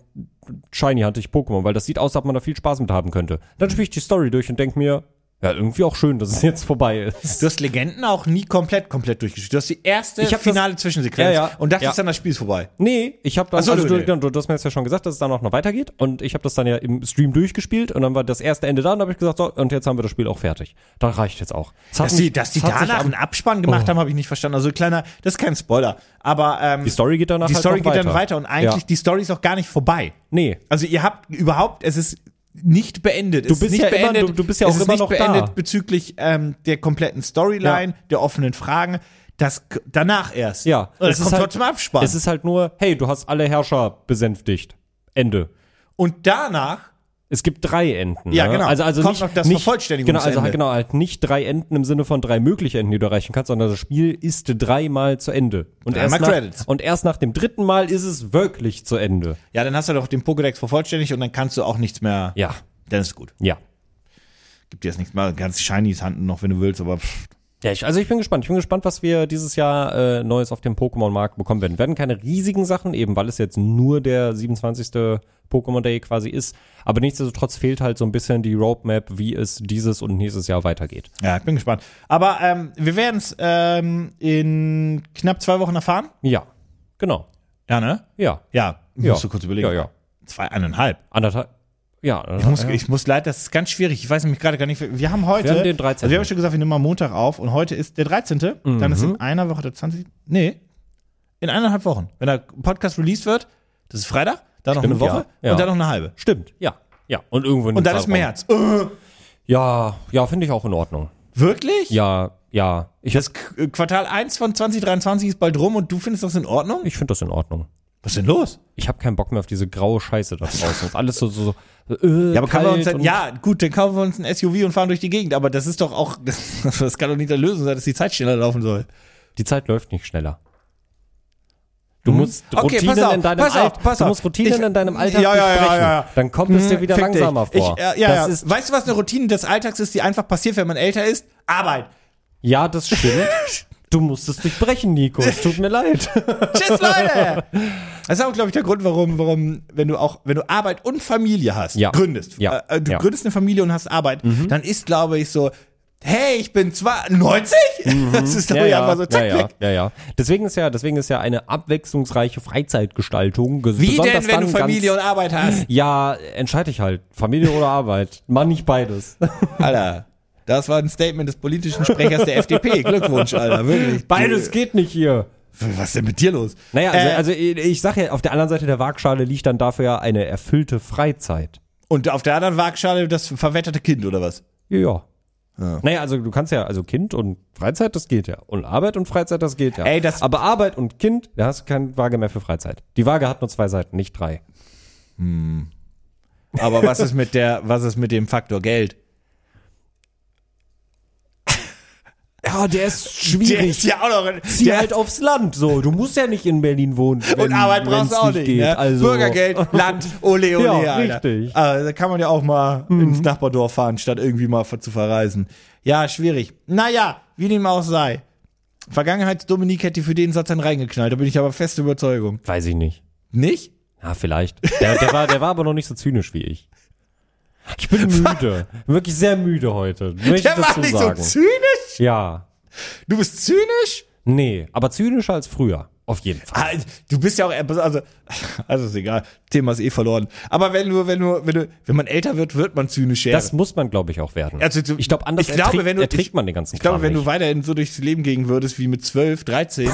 Speaker 1: Shiny hatte ich Pokémon, weil das sieht aus, als ob man da viel Spaß mit haben könnte. Dann spiele ich die Story durch und denke mir, ja, irgendwie auch schön, dass es jetzt vorbei ist.
Speaker 2: Du hast Legenden auch nie komplett, komplett durchgespielt. Du hast die erste
Speaker 1: Ich hab das-
Speaker 2: finale Zwischensequenz
Speaker 1: Ja, ja.
Speaker 2: und dachtest
Speaker 1: Ja.
Speaker 2: dann, das Spiel ist vorbei.
Speaker 1: Nee, ich habe dann,
Speaker 2: Ach so,
Speaker 1: also
Speaker 2: du-
Speaker 1: du, du, du hast mir jetzt ja schon gesagt, dass es dann auch noch weitergeht und ich habe das dann ja im Stream durchgespielt und dann war das erste Ende da und habe ich gesagt, so, und jetzt haben wir das Spiel auch fertig. Da reicht jetzt auch. Das hat
Speaker 2: Dass die,
Speaker 1: mich-
Speaker 2: dass die
Speaker 1: das hat sich
Speaker 2: danach
Speaker 1: am- Oh.
Speaker 2: einen Abspann gemacht haben, habe ich nicht verstanden. Also kleiner, das ist kein Spoiler. Aber ähm,
Speaker 1: Die Story geht danach
Speaker 2: die
Speaker 1: halt
Speaker 2: Story
Speaker 1: noch
Speaker 2: geht
Speaker 1: weiter.
Speaker 2: dann weiter und eigentlich
Speaker 1: Ja.
Speaker 2: die Story ist auch gar nicht vorbei.
Speaker 1: Nee.
Speaker 2: Also ihr habt überhaupt, es ist nicht beendet. Du es ist
Speaker 1: bist
Speaker 2: nicht
Speaker 1: ja immer-
Speaker 2: beendet,
Speaker 1: du- du bist ja
Speaker 2: es
Speaker 1: auch
Speaker 2: ist
Speaker 1: immer
Speaker 2: nicht
Speaker 1: noch da.
Speaker 2: beendet bezüglich ähm, der kompletten Storyline, der offenen Fragen. Das k- danach erst.
Speaker 1: Ja. halt
Speaker 2: Und es Oh, kommt trotzdem Abspann.
Speaker 1: Es ist halt nur, hey, du hast alle Herrscher besänftigt. Ende.
Speaker 2: und danach
Speaker 1: Es gibt drei Enden.
Speaker 2: Ja,
Speaker 1: ne?
Speaker 2: genau.
Speaker 1: Also, also
Speaker 2: Kommt
Speaker 1: nicht,
Speaker 2: noch das
Speaker 1: nicht,
Speaker 2: Vervollständigungsende.
Speaker 1: Genau, also halt, genau, halt nicht drei Enden im Sinne von drei mögliche Enden, die du erreichen kannst, sondern das Spiel ist dreimal zu Ende. Und
Speaker 2: Dreimal
Speaker 1: erst, nach,
Speaker 2: Credits.
Speaker 1: und erst nach dem dritten Mal ist es wirklich zu Ende.
Speaker 2: ja, dann hast du doch den Pokédex vervollständigt und dann kannst du auch nichts mehr.
Speaker 1: Ja.
Speaker 2: Dann ist gut.
Speaker 1: Ja.
Speaker 2: Gibt dir jetzt nichts mehr. Ganz Shinies handen noch, wenn du willst, aber pff,
Speaker 1: Ja, ich, also ich bin gespannt. Ich bin gespannt, was wir dieses Jahr äh, Neues auf dem Pokémon-Markt bekommen werden. Werden keine riesigen Sachen, eben weil es jetzt nur der 27. Pokémon Day quasi ist. Aber nichtsdestotrotz fehlt halt so ein bisschen die Roadmap, wie es dieses und nächstes Jahr weitergeht.
Speaker 2: Ja, ich bin gespannt. Aber ähm, wir werden es ähm, in knapp zwei Wochen erfahren.
Speaker 1: Ja, genau.
Speaker 2: Ja, ne?
Speaker 1: Ja,
Speaker 2: Ja,
Speaker 1: Ja.
Speaker 2: musst du kurz überlegen.
Speaker 1: ja, ja.
Speaker 2: Zwei, eineinhalb.
Speaker 1: Anderthalb. (laughs) Ja,
Speaker 2: Ich muss,
Speaker 1: ja.
Speaker 2: ich muss leider, das ist ganz schwierig. Ich weiß nämlich gerade gar nicht. Wir haben heute.
Speaker 1: Wir haben den 13..
Speaker 2: Also wir haben schon gesagt, wir nehmen mal Montag auf und heute ist der 13. Dann ist
Speaker 1: Mhm.
Speaker 2: in einer Woche der 20. Nee. In eineinhalb Wochen. Wenn der Podcast released wird, das ist Freitag, dann noch
Speaker 1: Stimmt,
Speaker 2: eine Woche
Speaker 1: ja. Ja.
Speaker 2: und dann noch eine halbe.
Speaker 1: stimmt. Ja, ja. Und irgendwo in
Speaker 2: Und
Speaker 1: dem
Speaker 2: dann ist
Speaker 1: Zeitraum.
Speaker 2: März. Äh,
Speaker 1: Ja, ja, finde ich auch in Ordnung.
Speaker 2: wirklich?
Speaker 1: Ja, ja. Ich,
Speaker 2: Das Qu- Quartal 1 von 2023 ist bald rum und du findest das in Ordnung?
Speaker 1: ich finde das in Ordnung.
Speaker 2: Was ist denn los?
Speaker 1: Ich habe keinen Bock mehr auf diese graue Scheiße da draußen. Ist alles so, so, so äh,
Speaker 2: Ja, aber können wir uns
Speaker 1: kalt
Speaker 2: dann,
Speaker 1: und-
Speaker 2: ja, gut, dann kaufen wir uns ein SUV und fahren durch die Gegend, aber das ist doch auch, (laughs) das, kann doch nicht der Lösung sein, dass die Zeit schneller laufen soll.
Speaker 1: Die Zeit läuft nicht schneller. Du musst
Speaker 2: Hm? Okay,
Speaker 1: Routinen
Speaker 2: pass auf,
Speaker 1: in deinem
Speaker 2: pass auf,
Speaker 1: Alter,
Speaker 2: pass
Speaker 1: du
Speaker 2: auf.
Speaker 1: musst Routinen
Speaker 2: Ich-
Speaker 1: in deinem Alltag
Speaker 2: Ja, ja, ja,
Speaker 1: besprechen.
Speaker 2: ja, ja.
Speaker 1: Dann kommt es dir wieder
Speaker 2: Fick dich.
Speaker 1: langsamer vor.
Speaker 2: Ich, äh, ja,
Speaker 1: das
Speaker 2: ja.
Speaker 1: ist
Speaker 2: weißt du, was eine Routine des Alltags ist, die einfach passiert, wenn man älter ist? Arbeit.
Speaker 1: ja, das stimmt. du musstest dich brechen, Nico. Es tut mir
Speaker 2: (laughs)
Speaker 1: leid. (laughs)
Speaker 2: Tschüss, Leute! Das ist auch, glaube ich, der Grund, warum, warum, wenn du auch, wenn du Arbeit und Familie hast,
Speaker 1: Ja.
Speaker 2: gründest,
Speaker 1: Ja.
Speaker 2: Äh, du
Speaker 1: Ja. Mhm.
Speaker 2: gründest eine Familie und hast Arbeit, dann ist, glaube ich, so, hey, ich bin zwar 90? (laughs) Das ist, glaube ich, einfach so, zack,
Speaker 1: Mhm. ja, ja,
Speaker 2: weg.
Speaker 1: ja, ja. Deswegen ist ja, deswegen ist ja eine abwechslungsreiche Freizeitgestaltung ges-
Speaker 2: Wie
Speaker 1: besonders
Speaker 2: denn, wenn
Speaker 1: dann
Speaker 2: du Familie
Speaker 1: ganz,
Speaker 2: und
Speaker 1: (laughs)
Speaker 2: Arbeit hast?
Speaker 1: Ja, entscheide ich halt. Familie oder Arbeit. Mann, nicht
Speaker 2: (laughs)
Speaker 1: beides.
Speaker 2: Alter, das war ein Statement des politischen
Speaker 1: (laughs)
Speaker 2: Sprechers der FDP. Glückwunsch, Alter, wirklich.
Speaker 1: Beides (laughs) geht nicht hier.
Speaker 2: Was ist denn mit dir los?
Speaker 1: Naja, also,
Speaker 2: Äh,
Speaker 1: also ich, ich sag ja, auf der anderen Seite der Waagschale liegt dann dafür ja eine erfüllte Freizeit.
Speaker 2: Und auf der anderen Waagschale das verwetterte Kind oder was?
Speaker 1: Ja. Naja, also du kannst ja, also Kind und Freizeit, das geht ja. Und Arbeit und Freizeit, das geht ja.
Speaker 2: Ey, das-
Speaker 1: Aber Arbeit und Kind, da hast du keine Waage mehr für Freizeit. Die Waage hat nur zwei Seiten, nicht drei.
Speaker 2: Aber was ist mit der, was ist mit dem Faktor Geld?
Speaker 1: Ja, der ist
Speaker 2: Der ist ja auch noch ein,
Speaker 1: Zieh
Speaker 2: der,
Speaker 1: halt aufs Land, so. Du musst ja nicht in Berlin wohnen.
Speaker 2: und
Speaker 1: wenn-
Speaker 2: Arbeit
Speaker 1: wenn's
Speaker 2: brauchst du auch nicht.
Speaker 1: geht.
Speaker 2: ne?
Speaker 1: Also,
Speaker 2: Bürgergeld,
Speaker 1: (laughs)
Speaker 2: Land, ole, ole,
Speaker 1: Ja,
Speaker 2: Alter.
Speaker 1: richtig. Mhm.
Speaker 2: Ah, da kann man ja auch mal ins Nachbardorf fahren, statt irgendwie mal ver- zu verreisen. Ja, schwierig. Naja, wie dem auch sei. Vergangenheits-Dominik hätte für den Satz dann reingeknallt, da bin ich aber feste Überzeugung.
Speaker 1: Weiß ich nicht.
Speaker 2: Nicht?
Speaker 1: Ja, vielleicht. Der, der, war, der war aber noch nicht so zynisch wie ich. Ich bin müde. (laughs) Wirklich sehr müde heute. Möchte ich
Speaker 2: Der war
Speaker 1: dazu
Speaker 2: nicht
Speaker 1: sagen.
Speaker 2: so zynisch?
Speaker 1: Ja.
Speaker 2: Du bist zynisch?
Speaker 1: Nee, aber zynischer als früher. Auf jeden Fall.
Speaker 2: Ah, Du bist ja auch, also, also ist egal, Thema ist eh verloren. Aber wenn du, wenn du, wenn du, wenn man älter wird, wird man zynisch.
Speaker 1: Das muss man, glaube ich, auch werden.
Speaker 2: Also, du-
Speaker 1: ich glaube, anders
Speaker 2: ich glaube,
Speaker 1: erträgt,
Speaker 2: wenn du-
Speaker 1: erträgt
Speaker 2: ich-
Speaker 1: man den ganzen
Speaker 2: ich glaube,
Speaker 1: Kram
Speaker 2: wenn du
Speaker 1: nicht.
Speaker 2: weiterhin so durchs Leben gehen würdest, wie mit 12, 13,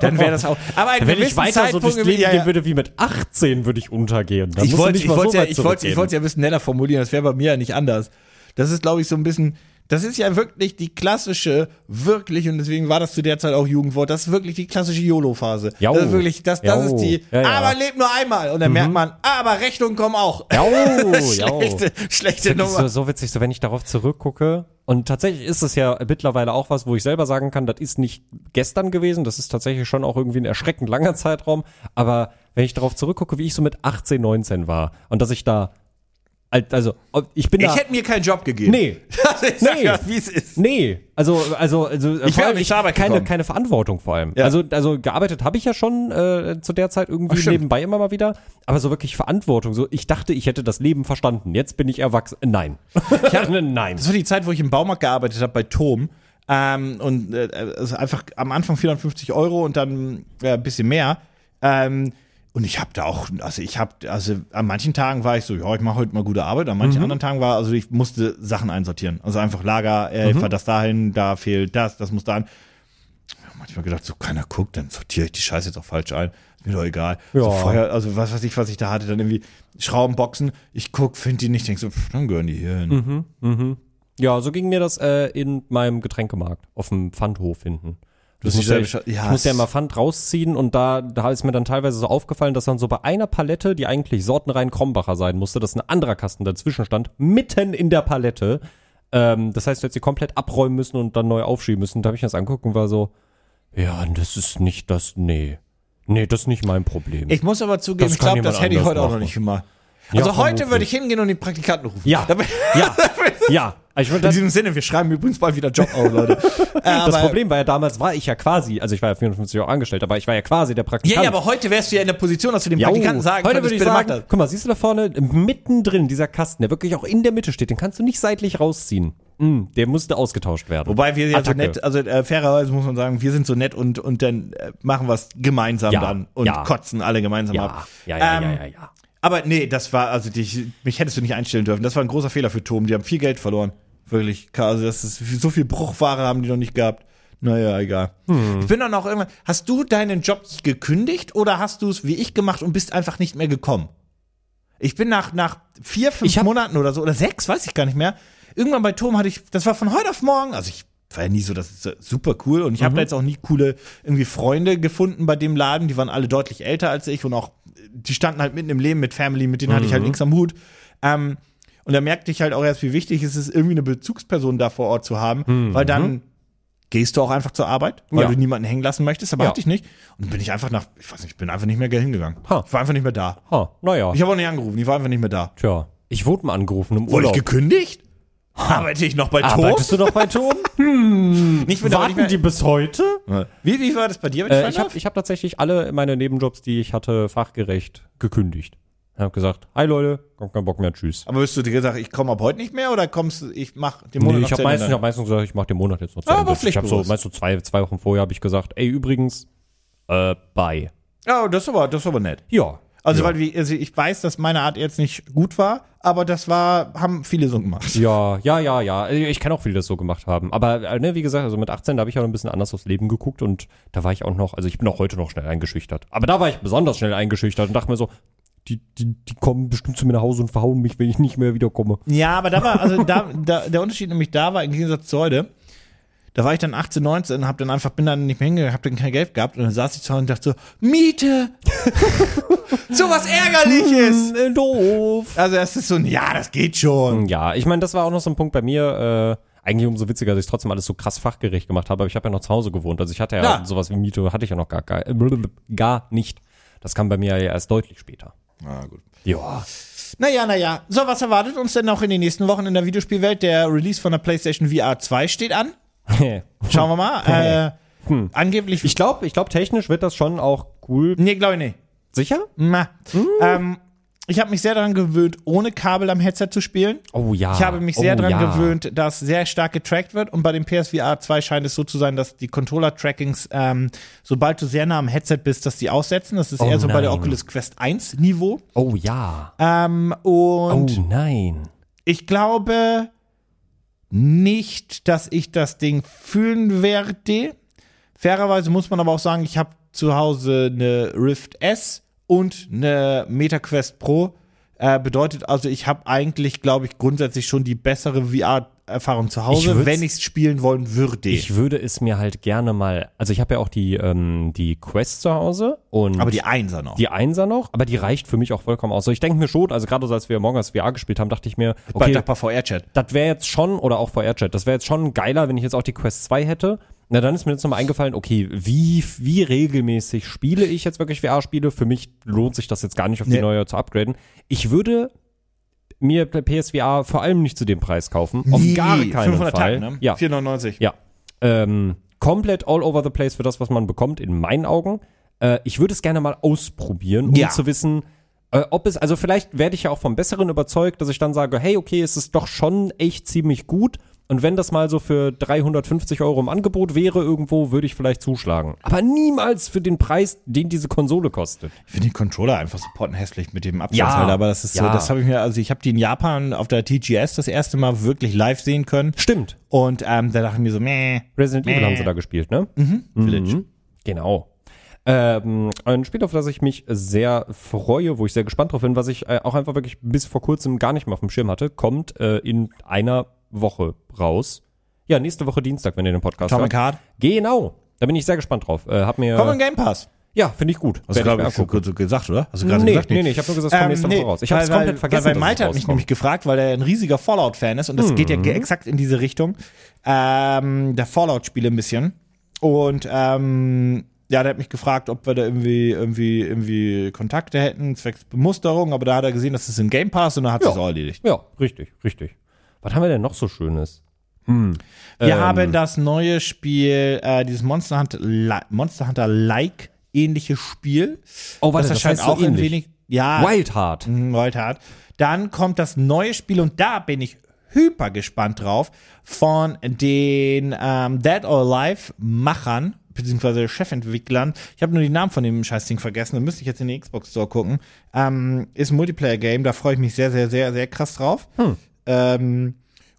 Speaker 2: dann wäre
Speaker 1: (laughs)
Speaker 2: das auch. Aber ein
Speaker 1: wenn ich weiter so durchs Leben
Speaker 2: ja, ja.
Speaker 1: gehen würde wie mit 18, würde ich untergehen. Da
Speaker 2: Ich
Speaker 1: musst du
Speaker 2: wollte
Speaker 1: nicht
Speaker 2: ich
Speaker 1: mal
Speaker 2: wollte
Speaker 1: so
Speaker 2: ja,
Speaker 1: weit
Speaker 2: ich wollte ich
Speaker 1: zurückgehen.
Speaker 2: wollte ja ein bisschen netter formulieren, das wäre bei mir ja nicht anders. Das ist glaube ich so ein bisschen das ist ja wirklich die klassische, wirklich, und deswegen war das zu der Zeit auch Jugendwort, das ist wirklich die klassische YOLO-Phase.
Speaker 1: Jau.
Speaker 2: Das ist wirklich, das, das
Speaker 1: Jau.
Speaker 2: ist die,
Speaker 1: oh. Ja, Mhm. ja.
Speaker 2: aber lebt nur einmal. Und dann merkt man, aber Rechnungen kommen auch. (laughs)
Speaker 1: Jau, jau.
Speaker 2: schlechte, schlechte
Speaker 1: Wirklich oh. so,
Speaker 2: Nummer.
Speaker 1: so witzig, so wenn ich darauf zurückgucke. Und tatsächlich ist es ja mittlerweile auch was, wo ich selber sagen kann, das ist nicht gestern gewesen, das ist tatsächlich schon auch irgendwie ein erschreckend langer Zeitraum. Aber wenn ich darauf zurückgucke, wie ich so mit 18, 19 war und dass ich da, al- also ich bin da,
Speaker 2: Ich hätte mir keinen Job gegeben.
Speaker 1: Nee.
Speaker 2: (laughs) ich sag
Speaker 1: Nee.
Speaker 2: ja, wie es ist.
Speaker 1: Nee, also also also
Speaker 2: Ich
Speaker 1: vor
Speaker 2: wäre
Speaker 1: allem
Speaker 2: nicht zur Arbeit
Speaker 1: keine
Speaker 2: gekommen.
Speaker 1: keine Verantwortung vor allem.
Speaker 2: Ja.
Speaker 1: Also also gearbeitet habe ich ja schon äh, zu der Zeit irgendwie
Speaker 2: stimmt.
Speaker 1: nebenbei immer mal wieder, aber so wirklich Verantwortung, so ich dachte, ich hätte das Leben verstanden. Jetzt bin ich erwachsen. Nein. (laughs) Ja, nein.
Speaker 2: Das war die Zeit, wo ich im Baumarkt gearbeitet habe bei Tom. Ähm, und äh, also einfach am Anfang 450 Euro und dann äh, ein bisschen mehr. Ähm, und ich habe da auch, also ich habe, also an manchen Tagen war ich so, ja, ich mache heute mal gute Arbeit, an
Speaker 1: Mhm.
Speaker 2: manchen anderen Tagen war, also ich musste Sachen einsortieren. Also einfach Lager, äh,
Speaker 1: Mhm.
Speaker 2: fahr das dahin, da fehlt das, das muss da an. Ich hab manchmal gedacht, so keiner guckt, dann sortiere ich die Scheiße jetzt auch falsch ein. Ist mir doch egal. So
Speaker 1: Ja.
Speaker 2: Feuer, also was weiß ich, was ich da hatte, dann irgendwie Schraubenboxen. Ich guck, finde die nicht, denk so, pff, dann gehören die hier hin.
Speaker 1: Ja, so ging mir das äh, in meinem Getränkemarkt auf dem Pfandhof hinten. Das
Speaker 2: ist
Speaker 1: muss ja,
Speaker 2: dieselbe
Speaker 1: ich,
Speaker 2: Scha-
Speaker 1: ja,
Speaker 2: Ja,
Speaker 1: ich musste ja
Speaker 2: es-
Speaker 1: immer Pfand rausziehen und da, da ist mir dann teilweise so aufgefallen, dass dann so bei einer Palette, die eigentlich sortenrein Krombacher sein musste, dass ein anderer Kasten dazwischen stand, mitten in der Palette. Ähm, das heißt, du hättest sie komplett abräumen müssen und dann neu aufschieben müssen. Da habe ich mir das angeguckt und war so, ja, das ist nicht das, nee. Nee, das ist nicht mein Problem.
Speaker 2: Ich muss aber zugeben,
Speaker 1: Das
Speaker 2: ich
Speaker 1: kann
Speaker 2: glaube, das
Speaker 1: jemand
Speaker 2: hätte ich
Speaker 1: anders
Speaker 2: heute auch noch
Speaker 1: machen.
Speaker 2: nicht gemacht.
Speaker 1: Ja,
Speaker 2: Also heute
Speaker 1: vermutlich.
Speaker 2: (laughs) würde ich hingehen und den Praktikanten rufen.
Speaker 1: ja,
Speaker 2: Dabei-
Speaker 1: ja, ja, Also ich (laughs) find,
Speaker 2: In
Speaker 1: das,
Speaker 2: diesem Sinne, wir schreiben übrigens bald wieder Job auf, (laughs) Leute.
Speaker 1: das Problem war ja damals, war ich ja quasi, also ich war ja 54 Jahre angestellt, aber ich war ja quasi der Praktikant.
Speaker 2: Ja, ja, aber heute wärst du ja in der Position, dass du dem Praktikanten sagen
Speaker 1: oh, heute
Speaker 2: könntest,
Speaker 1: würde ich
Speaker 2: bitte mach
Speaker 1: sagen, guck mal, siehst du da vorne, mittendrin dieser Kasten, der wirklich auch in der Mitte steht, den kannst du nicht seitlich rausziehen. Mm, der musste ausgetauscht werden.
Speaker 2: Wobei wir ja
Speaker 1: Attacke.
Speaker 2: so nett, also äh, fairerweise muss man sagen, wir sind so nett und, und dann äh, machen wir es gemeinsam
Speaker 1: Ja,
Speaker 2: dann und
Speaker 1: ja.
Speaker 2: kotzen alle gemeinsam
Speaker 1: ja,
Speaker 2: ab.
Speaker 1: ja, ja, ja,
Speaker 2: Ähm,
Speaker 1: ja, ja.
Speaker 2: Aber nee, das war, also dich, mich hättest du nicht einstellen dürfen. Das war ein großer Fehler für Tom. Die haben viel Geld verloren. Wirklich. Also das ist, so viel Bruchware haben die noch nicht gehabt. Naja, egal. Ich bin dann auch immer. Hast du deinen Job gekündigt oder hast du es wie ich gemacht und bist einfach nicht mehr gekommen? Ich bin nach, nach vier, fünf
Speaker 1: Ich hab-
Speaker 2: Monaten oder so, oder sechs, weiß ich gar nicht mehr. Irgendwann bei Tom hatte ich, das war von heute auf morgen, also ich war ja nie so, das ist äh, super cool und ich
Speaker 1: Mhm.
Speaker 2: habe da jetzt auch nie coole irgendwie Freunde gefunden bei dem Laden, die waren alle deutlich älter als ich und auch, äh, die standen halt mitten im Leben mit Family, mit denen hatte ich
Speaker 1: Mhm.
Speaker 2: halt nichts am Hut. Ähm, und da merkte ich halt auch erst, wie wichtig es ist, irgendwie eine Bezugsperson da vor Ort zu haben, weil dann gehst du auch einfach zur Arbeit, weil
Speaker 1: Mhm. Ja.
Speaker 2: du niemanden hängen lassen möchtest, aber
Speaker 1: Ja.
Speaker 2: hatte ich nicht. Und bin ich einfach nach, ich weiß nicht, ich bin einfach nicht mehr hingegangen.
Speaker 1: Ha.
Speaker 2: Ich war einfach nicht mehr da.
Speaker 1: Ha, naja,
Speaker 2: Ich habe auch nicht angerufen, ich war einfach nicht mehr da.
Speaker 1: tja. Ich wurde mal angerufen im
Speaker 2: Wurde
Speaker 1: Urlaub.
Speaker 2: ich gekündigt? Arbeite ich noch bei Tom?
Speaker 1: Arbeitest du noch bei (laughs) Tom? Hm.
Speaker 2: Nicht mit
Speaker 1: Warten die bis heute?
Speaker 2: Wie, wie war das bei dir? wenn
Speaker 1: Äh, ich
Speaker 2: fragen
Speaker 1: habe ich hab tatsächlich alle meine Nebenjobs, die ich hatte, fachgerecht gekündigt. Ich habe gesagt, hi Leute, kommt keinen Bock mehr, tschüss.
Speaker 2: Aber wirst du dir gesagt, ich komme ab heute nicht mehr oder kommst du, ich mach den Monat
Speaker 1: Nee,
Speaker 2: noch
Speaker 1: ich habe
Speaker 2: zu Ende?
Speaker 1: meistens, ich hab meistens gesagt, ich mache den Monat jetzt noch zu
Speaker 2: Aber
Speaker 1: Ende. Ich habe so,
Speaker 2: pflichtbewusst.
Speaker 1: meist so zwei, zwei Wochen vorher habe ich gesagt, ey, übrigens, äh, bye.
Speaker 2: Ja, das ist aber, das ist aber nett.
Speaker 1: Ja.
Speaker 2: Also,
Speaker 1: ja.
Speaker 2: weil wie, also ich weiß, dass meine Art jetzt nicht gut war, aber das war, haben viele so gemacht.
Speaker 1: Ja, ja, ja, ja. Ich kenne auch viele, die das so gemacht haben. Aber äh, ne, wie gesagt, also mit 18, da habe ich auch ein bisschen anders aufs Leben geguckt und da war ich auch noch, also ich bin auch heute noch schnell eingeschüchtert. Aber da war ich besonders schnell eingeschüchtert und dachte mir so, die, die, die kommen bestimmt zu mir nach Hause und verhauen mich, wenn ich nicht mehr wiederkomme.
Speaker 2: Ja, aber da war, also da, da, der Unterschied nämlich da war, im Gegensatz zu heute, da war ich dann 18, 19, hab dann einfach, bin dann nicht mehr hingegangen, hab dann kein Geld gehabt und dann saß ich zu Hause und dachte so, Miete! (laughs) Sowas Ärgerliches!
Speaker 1: Äh, doof.
Speaker 2: Also das ist so ein, ja, das geht schon.
Speaker 1: Ja, ich meine, das war auch noch so ein Punkt bei mir. Äh, eigentlich umso witziger, dass ich trotzdem alles so krass fachgerecht gemacht habe. Aber ich habe ja noch zu Hause gewohnt. Also ich hatte ja,
Speaker 2: Ja.
Speaker 1: sowas wie Miete, hatte ich ja noch gar, gar, äh, gar nicht. Das kam bei mir ja erst deutlich später.
Speaker 2: Ah, gut.
Speaker 1: Ja. (laughs)
Speaker 2: Naja, naja. So, was erwartet uns denn noch in den nächsten Wochen in der Videospielwelt? Der Release von der PlayStation VR 2 steht an. Schauen wir mal. Äh, Angeblich.
Speaker 1: Hm. ich glaube, ich glaub, technisch wird das schon auch cool.
Speaker 2: nee, glaube ich nicht.
Speaker 1: Sicher?
Speaker 2: Na.
Speaker 1: Hm.
Speaker 2: Ähm, ich habe mich sehr daran gewöhnt, ohne Kabel am Headset zu spielen.
Speaker 1: Oh ja.
Speaker 2: Ich habe mich
Speaker 1: oh,
Speaker 2: sehr daran
Speaker 1: ja.
Speaker 2: gewöhnt, dass sehr stark getrackt wird. Und bei dem PSVR 2 scheint es so zu sein, dass die Controller-Trackings, ähm, sobald du sehr nah am Headset bist, dass die aussetzen. Das ist
Speaker 1: Oh
Speaker 2: eher so bei der
Speaker 1: nein.
Speaker 2: Oculus Quest 1 Niveau.
Speaker 1: Oh ja.
Speaker 2: Ähm, und
Speaker 1: oh nein.
Speaker 2: ich glaube nicht, dass ich das Ding fühlen werde. Fairerweise muss man aber auch sagen, ich habe zu Hause eine Rift S und eine MetaQuest Pro. Äh, bedeutet also, ich habe eigentlich, glaube ich, grundsätzlich schon die bessere VR-Erfahrung zu
Speaker 1: Ich
Speaker 2: Hause,
Speaker 1: würd's-
Speaker 2: wenn ich es spielen wollen würde.
Speaker 1: Ich würde es mir halt gerne mal. Also ich habe ja auch die, ähm, die Quest zu Hause und.
Speaker 2: aber die Einser noch.
Speaker 1: Die Einser noch, aber die reicht für mich auch vollkommen aus. So, ich denke mir schon, also gerade so als wir Among Us VR gespielt haben, dachte ich mir,
Speaker 2: Bei
Speaker 1: okay,
Speaker 2: Dach bei VR-Chat.
Speaker 1: das wäre jetzt schon, oder auch VR-Chat, das wäre jetzt schon geiler, wenn ich jetzt auch die Quest 2 hätte. Na, dann ist mir jetzt nochmal eingefallen, okay, wie, wie regelmäßig spiele ich jetzt wirklich VR-Spiele? Für mich lohnt sich das jetzt gar nicht, auf die
Speaker 2: Nee.
Speaker 1: neue zu upgraden. Ich würde mir PSVR vor allem nicht zu dem Preis kaufen. Auf gar keinen
Speaker 2: 500
Speaker 1: Fall.
Speaker 2: Tacken, ne?
Speaker 1: Ja,
Speaker 2: 499.
Speaker 1: ja. Ähm, komplett all over the place für das, was man bekommt, in meinen Augen. Äh, ich würde es gerne mal ausprobieren, um
Speaker 2: Ja.
Speaker 1: zu wissen, äh, ob es, also vielleicht werde ich ja auch vom Besseren überzeugt, dass ich dann sage, hey, okay, es ist doch schon echt ziemlich gut. Und wenn das mal so für 350 Euro im Angebot wäre irgendwo, würde ich vielleicht zuschlagen. Aber niemals für den Preis, den diese Konsole kostet.
Speaker 2: Ich finde die Controller einfach supporten hässlich mit dem
Speaker 1: Ja,
Speaker 2: Absatzhalter, aber das ist so,
Speaker 1: ja.
Speaker 2: das habe ich mir, also ich habe die in Japan auf der TGS das erste Mal wirklich live sehen können
Speaker 1: Stimmt.
Speaker 2: und ähm, da dachte ich mir so, meh,
Speaker 1: Resident Evil
Speaker 2: Mäh.
Speaker 1: haben sie da gespielt, ne?
Speaker 2: Village.
Speaker 1: Genau. Ähm, ein Spiel, auf das ich mich sehr freue, wo ich sehr gespannt drauf bin, was ich äh, auch einfach wirklich bis vor kurzem gar nicht mehr auf dem Schirm hatte, kommt äh, in einer Woche raus. Ja, nächste Woche Dienstag, wenn ihr den Podcast
Speaker 2: Atomic
Speaker 1: habt.
Speaker 2: Heart.
Speaker 1: Genau. Da bin ich sehr gespannt drauf. Äh, hab mir.
Speaker 2: Komm in Game Pass.
Speaker 1: ja, finde ich gut.
Speaker 2: Hast du,
Speaker 1: Werd
Speaker 2: glaube
Speaker 1: mir
Speaker 2: Also ich, so
Speaker 1: angucken.
Speaker 2: kurz gesagt, oder? Hast du gerade
Speaker 1: nee,
Speaker 2: gesagt? Ähm,
Speaker 1: nee, nee, ich habe nur gesagt, es kommt nächste Woche raus. Ich habe es
Speaker 2: weil-
Speaker 1: komplett vergessen.
Speaker 2: Weil,
Speaker 1: dass es
Speaker 2: weil Malte hat mich
Speaker 1: rauskommt. Mhm.
Speaker 2: nämlich gefragt, weil er ein riesiger Fallout-Fan ist und das geht ja ge- exakt in diese Richtung. Ähm, der Fallout-Spiele ein bisschen. Und ähm, ja, der hat mich gefragt, ob wir da irgendwie, irgendwie, irgendwie Kontakte hätten, zwecks Bemusterung, aber da hat er gesehen, dass es im Game Pass und dann hat
Speaker 1: Ja.
Speaker 2: es auch erledigt.
Speaker 1: Ja, richtig, richtig. Was haben wir denn noch so Schönes?
Speaker 2: Wir
Speaker 1: Ähm.
Speaker 2: haben das neue Spiel, äh, dieses Monster, Hunt, Li- Monster Hunter Like ähnliche Spiel.
Speaker 1: Oh, warte, das
Speaker 2: erscheint
Speaker 1: heißt so ähnlich.
Speaker 2: ja, Mhm.
Speaker 1: Wildheart.
Speaker 2: Leute hat. Dann kommt das neue Spiel und da bin ich hyper gespannt drauf von den ähm, Dead or Alive Machern beziehungsweise Chefentwicklern. Ich habe nur die Namen von dem Scheißding vergessen. Da müsste ich jetzt in den Xbox Store gucken. Ähm, ist ein Multiplayer Game. Da freue ich mich sehr, sehr, sehr, sehr krass drauf. Ähm,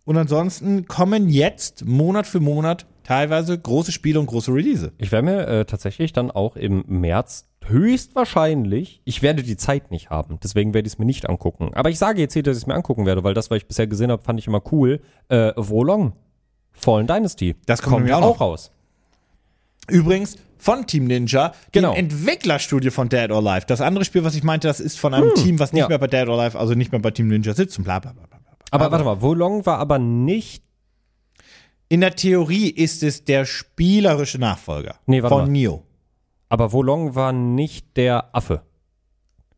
Speaker 2: und ansonsten kommen jetzt Monat für Monat teilweise große Spiele und große Release.
Speaker 1: Ich werde mir äh, tatsächlich dann auch im März höchstwahrscheinlich, ich werde die Zeit nicht haben, deswegen werde ich es mir nicht angucken. Aber ich sage jetzt hier, dass ich es mir angucken werde, weil das, was ich bisher gesehen habe, fand ich immer cool. Äh, Wolong, Fallen Dynasty.
Speaker 2: Das kommt nämlich auch noch.
Speaker 1: auch raus.
Speaker 2: Übrigens von Team Ninja,
Speaker 1: Genau.
Speaker 2: dem Entwicklerstudio von Dead or Alive. Das andere Spiel, was ich meinte, das ist von einem Team, was nicht
Speaker 1: Hm, ja.
Speaker 2: mehr bei Dead or Alive, also nicht mehr bei Team Ninja sitzt und bla bla bla. bla.
Speaker 1: Aber warte mal, Wolong war aber nicht.
Speaker 2: In der Theorie ist es der spielerische Nachfolger
Speaker 1: Nee, warte
Speaker 2: von
Speaker 1: mal.
Speaker 2: Neo.
Speaker 1: Aber Wolong war nicht der Affe.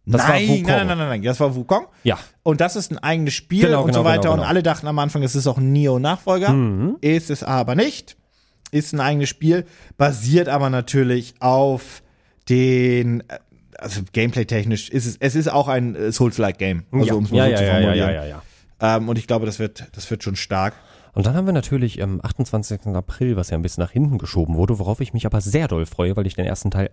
Speaker 1: Das war
Speaker 2: nein,
Speaker 1: Wukong.
Speaker 2: nein, nein, nein, nein, das war Wukong.
Speaker 1: Ja.
Speaker 2: Und das ist ein eigenes Spiel
Speaker 1: Genau,
Speaker 2: und
Speaker 1: genau,
Speaker 2: so weiter.
Speaker 1: genau, Mhm.
Speaker 2: Und
Speaker 1: genau.
Speaker 2: alle dachten am Anfang, es ist auch ein Neo-Nachfolger. Ist es aber nicht. Ist ein eigenes Spiel, basiert aber natürlich auf den. äh, Also gameplay-technisch ist es, es ist auch ein äh, Souls-like-Game. Also
Speaker 1: ja.
Speaker 2: um's mal
Speaker 1: ja,
Speaker 2: so
Speaker 1: ja,
Speaker 2: zu
Speaker 1: ja, ja,
Speaker 2: formulieren.
Speaker 1: ja, ja, ja.
Speaker 2: Ähm, und ich glaube, das wird, das wird schon stark.
Speaker 1: Und dann haben wir natürlich am 28. April, was ja ein bisschen nach hinten geschoben wurde, worauf ich mich aber sehr doll freue, weil ich den ersten Teil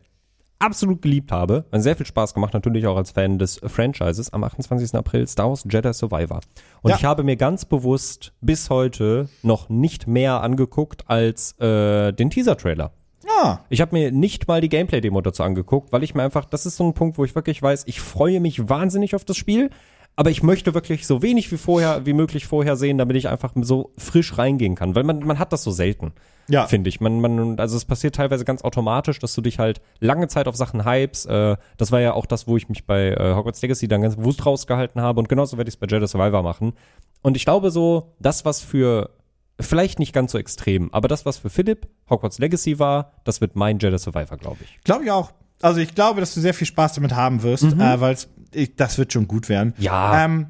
Speaker 1: absolut geliebt habe. Hat sehr viel Spaß gemacht, natürlich auch als Fan des Franchises. Am 28. April Star Wars Jedi Survivor. Und
Speaker 2: Ja.
Speaker 1: ich habe mir ganz bewusst bis heute noch nicht mehr angeguckt als äh, den Teaser-Trailer.
Speaker 2: Ja.
Speaker 1: Ich habe mir nicht mal die Gameplay-Demo dazu angeguckt, weil ich mir einfach, das ist so ein Punkt, wo ich wirklich weiß, ich freue mich wahnsinnig auf das Spiel, aber ich möchte wirklich so wenig wie vorher, wie möglich vorher sehen, damit ich einfach so frisch reingehen kann, weil man, man hat das so selten.
Speaker 2: Ja.
Speaker 1: Finde ich. Man, man, also es passiert teilweise ganz automatisch, dass du dich halt lange Zeit auf Sachen hypes. Äh, das war ja auch das, wo ich mich bei äh, Hogwarts Legacy dann ganz bewusst rausgehalten habe. Und genauso werde ich es bei Jedi Survivor machen. Und ich glaube so, das, was für vielleicht nicht ganz so extrem, aber das, was für Philipp Hogwarts Legacy war, das wird mein Jedi Survivor, glaube ich.
Speaker 2: Glaube ich auch. Also ich glaube, dass du sehr viel Spaß damit haben wirst, äh, weil das wird schon gut werden.
Speaker 1: Mhm. Ja.
Speaker 2: Ähm,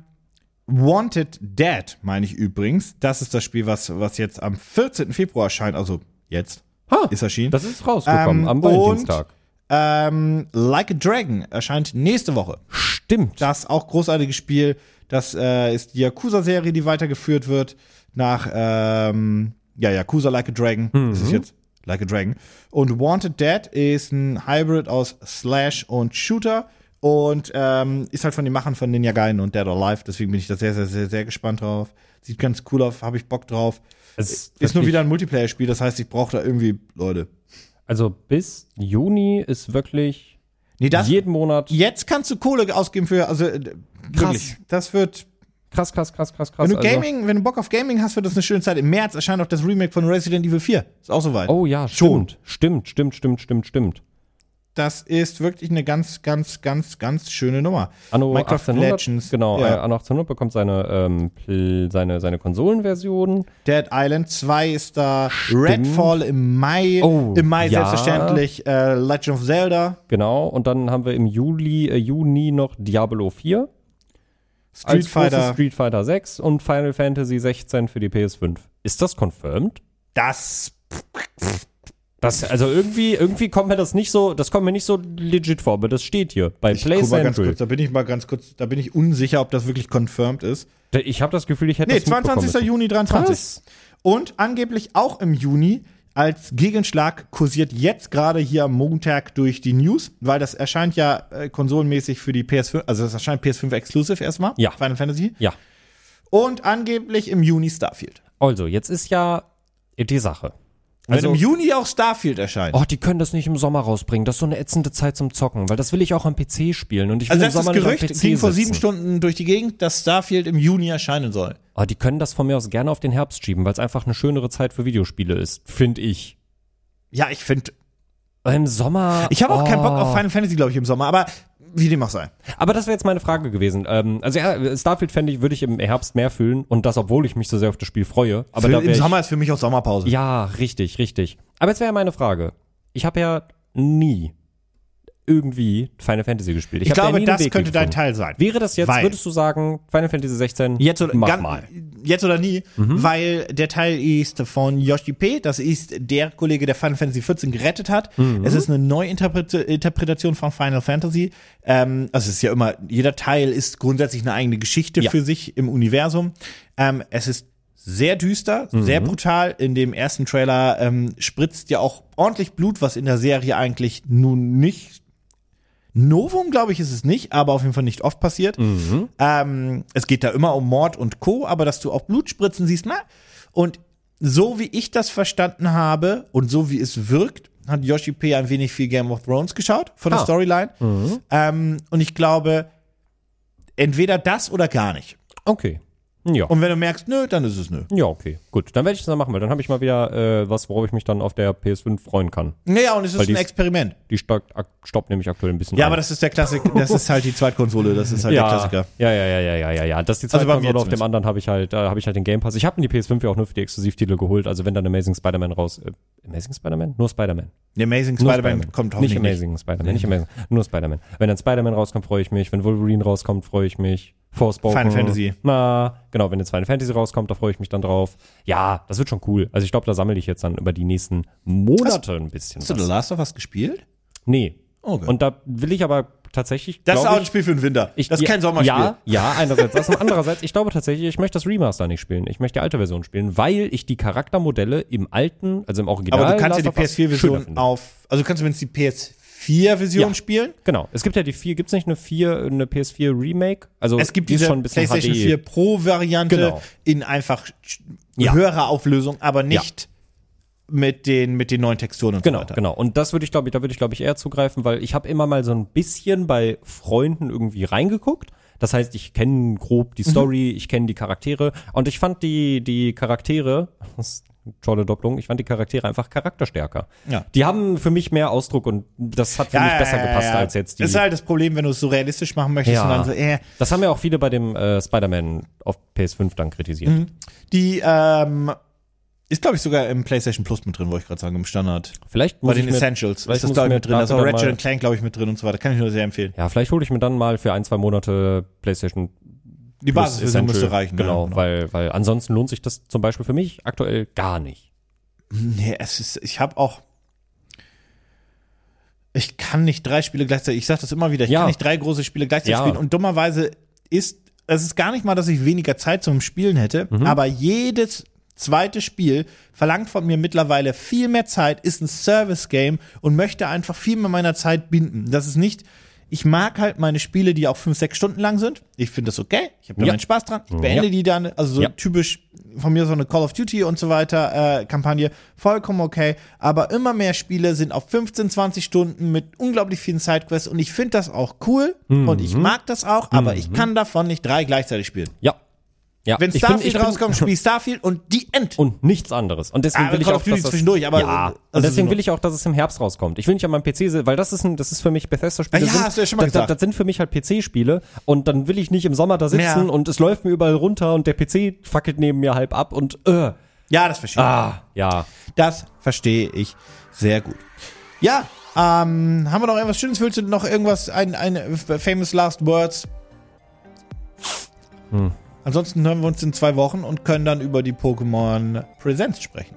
Speaker 2: Wanted Dead meine ich übrigens. Das ist das Spiel, was, was jetzt am 14. Februar erscheint. Also jetzt
Speaker 1: Ha,
Speaker 2: ist erschienen.
Speaker 1: das ist rausgekommen
Speaker 2: Ähm,
Speaker 1: am Valentinstag.
Speaker 2: ähm, like a Dragon erscheint nächste Woche.
Speaker 1: Stimmt.
Speaker 2: Das auch großartiges Spiel. Das äh, ist die Yakuza-Serie, die weitergeführt wird nach ähm, ja, Yakuza Like a Dragon. Das ist jetzt Like a Dragon. Und Wanted Dead ist ein Hybrid aus Slash und Shooter und ähm, ist halt von den Machern von Ninja Gaiden und Dead or Alive. Deswegen bin ich da sehr, sehr, sehr, sehr gespannt drauf. Sieht ganz cool aus, habe ich Bock drauf.
Speaker 1: Es
Speaker 2: Ist nur
Speaker 1: wirklich-
Speaker 2: wieder ein Multiplayer-Spiel, das heißt, ich brauche da irgendwie Leute.
Speaker 1: Also bis Juni ist wirklich
Speaker 2: Nee, das,
Speaker 1: jeden Monat
Speaker 2: jetzt kannst du Kohle ausgeben für, also äh, wirklich, das wird,
Speaker 1: krass, krass, krass, krass, krass.
Speaker 2: Wenn du,
Speaker 1: also-
Speaker 2: Gaming, wenn du Bock auf Gaming hast, wird das eine schöne Zeit. Im März erscheint auch das Remake von Resident Evil 4. Ist auch soweit.
Speaker 1: Oh ja,
Speaker 2: Schon.
Speaker 1: stimmt. Stimmt, stimmt, stimmt, stimmt, stimmt.
Speaker 2: Das ist wirklich eine ganz, ganz, ganz, ganz schöne Nummer.
Speaker 1: Anno
Speaker 2: Minecraft
Speaker 1: 1800,
Speaker 2: Legends.
Speaker 1: Genau,
Speaker 2: Ja.
Speaker 1: äh, Anno 1800 bekommt seine, ähm, Pl- seine, seine Konsolenversion.
Speaker 2: Dead Island 2 ist da. Redfall im Mai.
Speaker 1: Oh,
Speaker 2: Im Mai
Speaker 1: ja.
Speaker 2: selbstverständlich. Äh, Legend of Zelda.
Speaker 1: Genau, und dann haben wir im Juli, äh, Juni noch Diablo 4
Speaker 2: Street
Speaker 1: als großes
Speaker 2: Fighter.
Speaker 1: Street Fighter 6 und Final Fantasy 16 für die PS5. Ist das confirmed?
Speaker 2: Das.
Speaker 1: Das, also irgendwie, irgendwie kommt mir das nicht so, das kommt mir nicht so legit vor, aber das steht hier bei
Speaker 2: Ich guck mal ganz
Speaker 1: PlayStation.
Speaker 2: kurz, da bin ich mal ganz kurz, da bin ich unsicher, ob das wirklich confirmed ist.
Speaker 1: Ich habe das Gefühl, ich hätte
Speaker 2: Nee,
Speaker 1: das mitbekommen
Speaker 2: 22.
Speaker 1: müssen.
Speaker 2: Juni 23.
Speaker 1: Was?
Speaker 2: Und angeblich auch im Juni als Gegenschlag kursiert jetzt gerade hier am Montag durch die News, weil das erscheint ja äh, konsolenmäßig für die PS5, also das erscheint PS5 Exclusive erstmal,
Speaker 1: Ja.
Speaker 2: Final Fantasy.
Speaker 1: Ja.
Speaker 2: Und angeblich im Juni Starfield.
Speaker 1: Also, jetzt ist ja die Sache. Also,
Speaker 2: Wenn im Juni auch Starfield erscheint.
Speaker 1: Oh, die können das nicht im Sommer rausbringen. Das ist so eine ätzende Zeit zum Zocken, weil das will ich auch am PC spielen und ich will
Speaker 2: also
Speaker 1: im
Speaker 2: das ist
Speaker 1: Sommer
Speaker 2: das
Speaker 1: nicht am
Speaker 2: Gerücht,
Speaker 1: PC
Speaker 2: ging vor sieben
Speaker 1: sitzen.
Speaker 2: Stunden durch die Gegend, dass Starfield im Juni erscheinen soll.
Speaker 1: Oh, die können das von mir aus gerne auf den Herbst schieben, weil es einfach eine schönere Zeit für Videospiele ist, finde ich.
Speaker 2: Ja, ich finde,
Speaker 1: Aber Im Sommer.
Speaker 2: ich habe auch
Speaker 1: oh.
Speaker 2: keinen Bock auf Final Fantasy, glaube ich, im Sommer, aber wie dem auch sei.
Speaker 1: Aber das wäre jetzt meine Frage gewesen. Ähm, also ja, Starfield fände ich, würde ich im Herbst mehr fühlen und das, obwohl ich mich so sehr auf das Spiel freue. Aber
Speaker 2: Für-
Speaker 1: da wär
Speaker 2: Im
Speaker 1: ich-
Speaker 2: Sommer ist für mich auch Sommerpause.
Speaker 1: Ja, richtig, richtig. Aber jetzt wäre ja meine Frage. Ich habe ja nie irgendwie Final Fantasy gespielt.
Speaker 2: Ich,
Speaker 1: hab da
Speaker 2: glaube,
Speaker 1: nie einen
Speaker 2: das
Speaker 1: Weg
Speaker 2: könnte dein
Speaker 1: gefunden.
Speaker 2: Teil sein.
Speaker 1: Wäre das jetzt,
Speaker 2: Weil-
Speaker 1: würdest du sagen, Final Fantasy 16,
Speaker 2: Jetzt oder,
Speaker 1: Mhm. mach
Speaker 2: gan-
Speaker 1: mal. Mhm.
Speaker 2: jetzt oder nie, weil der Teil ist von Yoshi P. Das ist der Kollege, der Final Fantasy XIV gerettet hat.
Speaker 1: Mhm.
Speaker 2: Es ist eine Neuinterpretation von Final Fantasy. Ähm, also es ist ja immer, jeder Teil ist grundsätzlich eine eigene Geschichte
Speaker 1: Ja.
Speaker 2: für sich im Universum. Ähm, es ist sehr düster,
Speaker 1: Mhm.
Speaker 2: sehr brutal. In dem ersten Trailer ähm, spritzt ja auch ordentlich Blut, was in der Serie eigentlich nun nicht Novum, glaube ich, ist es nicht, aber auf jeden Fall nicht oft passiert.
Speaker 1: Mhm.
Speaker 2: Ähm, es geht da immer um Mord und Co., aber dass du auch Blutspritzen siehst, na, und so wie ich das verstanden habe und so wie es wirkt, hat Yoshi P. ein wenig viel Game of Thrones geschaut von der
Speaker 1: Ah.
Speaker 2: Storyline. Ähm, und ich glaube, entweder das oder gar nicht.
Speaker 1: Okay. Ja.
Speaker 2: Und wenn du merkst, nö, dann ist es nö.
Speaker 1: ja, okay. Gut. Dann werde ich das dann machen, weil dann habe ich mal wieder äh, was, worauf ich mich dann auf der PS5 freuen kann.
Speaker 2: Naja, und es ist
Speaker 1: Weil die
Speaker 2: ein
Speaker 1: ist-
Speaker 2: Experiment.
Speaker 1: Die stockt, ak- stoppt nämlich aktuell ein bisschen
Speaker 2: Ja,
Speaker 1: ein.
Speaker 2: aber das ist
Speaker 1: (laughs)
Speaker 2: der Klassiker. Das ist halt die Zweitkonsole. Das ist halt der
Speaker 1: ja,
Speaker 2: Klassiker.
Speaker 1: ja, ja, ja, ja, ja, ja, ja. Das ist die zweite
Speaker 2: Also bei mir
Speaker 1: Konsole, auf dem
Speaker 2: zumindest.
Speaker 1: anderen habe ich halt, äh, habe ich halt den Game Pass. Ich habe mir die PS5 ja auch nur für die Exklusivtitel geholt, also wenn dann Amazing Spider-Man raus, äh, Amazing Spider-Man? Nur Spider-Man.
Speaker 2: Der Amazing
Speaker 1: Nur
Speaker 2: Spider-Man kommt hoffentlich
Speaker 1: Nicht
Speaker 2: nicht.
Speaker 1: Amazing Spider-Man, nicht Amazing, nur Spider-Man. Wenn dann Spider-Man rauskommt, freue ich mich. Wenn Wolverine rauskommt, freue ich mich. Forspoken.
Speaker 2: Final Fantasy.
Speaker 1: Na, genau, wenn jetzt Final Fantasy rauskommt, da freue ich mich dann drauf. Ja, das wird schon cool. Also ich glaube, da sammle ich jetzt dann über die nächsten Monate ein bisschen
Speaker 2: Hast du The
Speaker 1: was.
Speaker 2: Last of Us gespielt?
Speaker 1: Nee.
Speaker 2: Okay.
Speaker 1: Und da will ich aber tatsächlich,
Speaker 2: Das ist
Speaker 1: glaub
Speaker 2: auch ein
Speaker 1: ich,
Speaker 2: Spiel für den Winter.
Speaker 1: ich,
Speaker 2: das ist kein Sommerspiel.
Speaker 1: Ja, ja, einerseits das und andererseits, ich glaube tatsächlich, ich möchte das Remaster nicht spielen. Ich möchte die alte Version spielen, weil ich die Charaktermodelle im alten, also im Original
Speaker 2: Aber du kannst ja die
Speaker 1: Last of Us schöner
Speaker 2: PS4-Version
Speaker 1: finde.
Speaker 2: auf. Also du kannst zumindest die PS4-Version
Speaker 1: Ja.
Speaker 2: spielen.
Speaker 1: Genau. Es gibt ja die vier, gibt's nicht eine vier, eine PS4 Remake? Also
Speaker 2: Es gibt
Speaker 1: die ist
Speaker 2: diese
Speaker 1: schon ein bisschen
Speaker 2: PlayStation
Speaker 1: HD.
Speaker 2: 4 Pro-Variante
Speaker 1: Genau.
Speaker 2: in einfach sch-
Speaker 1: Ja.
Speaker 2: höherer Auflösung, aber nicht mit, den, mit den neuen Texturen und so
Speaker 1: Genau,
Speaker 2: weiter.
Speaker 1: genau. Und das würde ich glaube ich, da würde ich glaube ich eher zugreifen, weil ich habe immer mal so ein bisschen bei Freunden irgendwie reingeguckt. Das heißt, ich kenne grob
Speaker 2: Mhm.
Speaker 1: die Story, ich kenne die Charaktere und ich fand die die Charaktere, (laughs) das ist eine tolle Doppelung, ich fand die Charaktere einfach charakterstärker.
Speaker 2: Ja.
Speaker 1: Die haben für mich mehr Ausdruck und das hat für mich besser gepasst als jetzt die
Speaker 2: Das ist halt das Problem, wenn du es so realistisch machen möchtest und dann so, äh,
Speaker 1: Das haben ja auch viele bei dem äh, Spider-Man auf PS5 dann kritisiert.
Speaker 2: Mhm. die ähm, ist, glaube ich, sogar im PlayStation Plus mit drin, wollte ich gerade sagen, im Standard.
Speaker 1: Vielleicht
Speaker 2: Bei
Speaker 1: muss
Speaker 2: den
Speaker 1: ich mir,
Speaker 2: Essentials
Speaker 1: vielleicht
Speaker 2: ist das,
Speaker 1: muss ich
Speaker 2: glaube ich,
Speaker 1: mir
Speaker 2: mit drin. Da ist
Speaker 1: dafür
Speaker 2: auch
Speaker 1: dann
Speaker 2: Ratchet
Speaker 1: mal-
Speaker 2: and Clank, glaube ich, mit drin und so weiter. Kann ich nur sehr empfehlen.
Speaker 1: Ja, vielleicht hole ich mir dann mal für ein, zwei Monate PlayStation
Speaker 2: Die
Speaker 1: Plus
Speaker 2: Basisversion müsste
Speaker 1: Essential.
Speaker 2: reichen. ne?
Speaker 1: Genau,
Speaker 2: ja,
Speaker 1: Weil, weil ansonsten lohnt sich das zum Beispiel für mich aktuell gar nicht.
Speaker 2: Nee, es ist, ich habe auch. Ich kann nicht drei Spiele gleichzeitig. Ich sage das immer wieder. Ich
Speaker 1: Ja.
Speaker 2: kann nicht drei große Spiele gleichzeitig
Speaker 1: Ja.
Speaker 2: spielen. Und dummerweise ist es ist gar nicht mal, dass ich weniger Zeit zum Spielen hätte,
Speaker 1: Mhm.
Speaker 2: aber jedes zweite Spiel verlangt von mir mittlerweile viel mehr Zeit, ist ein Service-Game und möchte einfach viel mehr meiner Zeit binden. Das ist nicht. Ich mag halt meine Spiele, die auch fünf, sechs Stunden lang sind. Ich finde das okay. Ich habe da
Speaker 1: Ja.
Speaker 2: meinen Spaß dran. Ich beende
Speaker 1: Ja.
Speaker 2: die dann, also so
Speaker 1: Ja.
Speaker 2: typisch von mir so eine Call of Duty und so weiter äh, Kampagne, vollkommen okay. Aber immer mehr Spiele sind auf 15, 20 Stunden mit unglaublich vielen Sidequests und ich finde das auch cool und ich
Speaker 1: Mhm.
Speaker 2: mag das auch, aber ich kann davon nicht drei gleichzeitig spielen.
Speaker 1: Ja. ja.
Speaker 2: Wenn
Speaker 1: Mhm. ich bin- ich
Speaker 2: Starfield
Speaker 1: bin-
Speaker 2: rauskommt, spiel ich Starfield und die
Speaker 1: (laughs)
Speaker 2: End.
Speaker 1: Und nichts anderes. Und deswegen
Speaker 2: Ah,
Speaker 1: will ich
Speaker 2: Call
Speaker 1: auch,
Speaker 2: of Duty
Speaker 1: dass das,
Speaker 2: zwischendurch, aber-
Speaker 1: ja.
Speaker 2: also
Speaker 1: und
Speaker 2: so
Speaker 1: deswegen
Speaker 2: nur-
Speaker 1: will ich auch, dass es im Herbst rauskommt. Ich will nicht an meinem PC, se- weil das ist ein, das ist für mich Bethesda-Spiele.
Speaker 2: Ah Ja,
Speaker 1: sind-
Speaker 2: hast du ja schon mal
Speaker 1: das, das-
Speaker 2: gesagt.
Speaker 1: Das sind für mich halt PC-Spiele und dann will ich nicht im Sommer da sitzen
Speaker 2: Ja.
Speaker 1: und es läuft mir überall runter und der PC fackelt neben mir halb ab und äh,
Speaker 2: Ja, das verstehe ich.
Speaker 1: ah, ja.
Speaker 2: Das verstehe ich sehr gut. Ja, ähm, haben wir noch irgendwas Schönes? Willst du noch irgendwas, ein, ein famous last words? Ansonsten hören wir uns in zwei Wochen und können dann über die Pokémon Presents sprechen.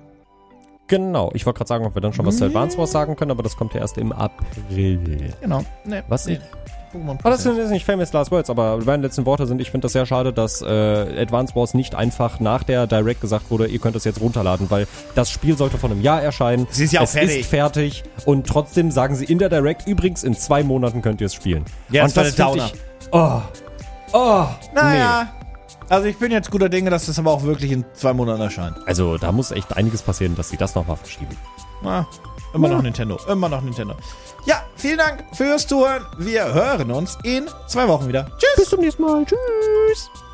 Speaker 1: Genau. Ich wollte gerade sagen, ob wir dann schon was zu Advance Wars sagen können, aber das kommt ja erst im April.
Speaker 2: Genau. Nee,
Speaker 1: Was?
Speaker 2: Nee. Pokémon
Speaker 1: Aber Oh, das
Speaker 2: Presents.
Speaker 1: sind jetzt nicht Famous Last Words, aber meine letzten Worte sind, ich finde das sehr schade, dass äh, Advance Wars nicht einfach nach der Direct gesagt wurde, ihr könnt das jetzt runterladen, weil das Spiel sollte vor einem Jahr erscheinen.
Speaker 2: Es ist ja auch
Speaker 1: es
Speaker 2: fertig.
Speaker 1: ist fertig und trotzdem sagen sie in der Direct, übrigens in zwei Monaten könnt ihr es spielen.
Speaker 2: Ja,
Speaker 1: und
Speaker 2: das war der
Speaker 1: finde Ich, oh, oh,
Speaker 2: Naja. Also ich bin jetzt guter Dinge, dass das aber auch wirklich in zwei Monaten erscheint.
Speaker 1: nee. Also da muss echt einiges passieren, dass sie das nochmal verschieben.
Speaker 2: Ah, immer noch Nintendo. Immer noch Nintendo. Ja, vielen Dank fürs Zuhören. Wir hören uns in zwei Wochen wieder. Tschüss.
Speaker 1: Bis zum nächsten Mal. Tschüss.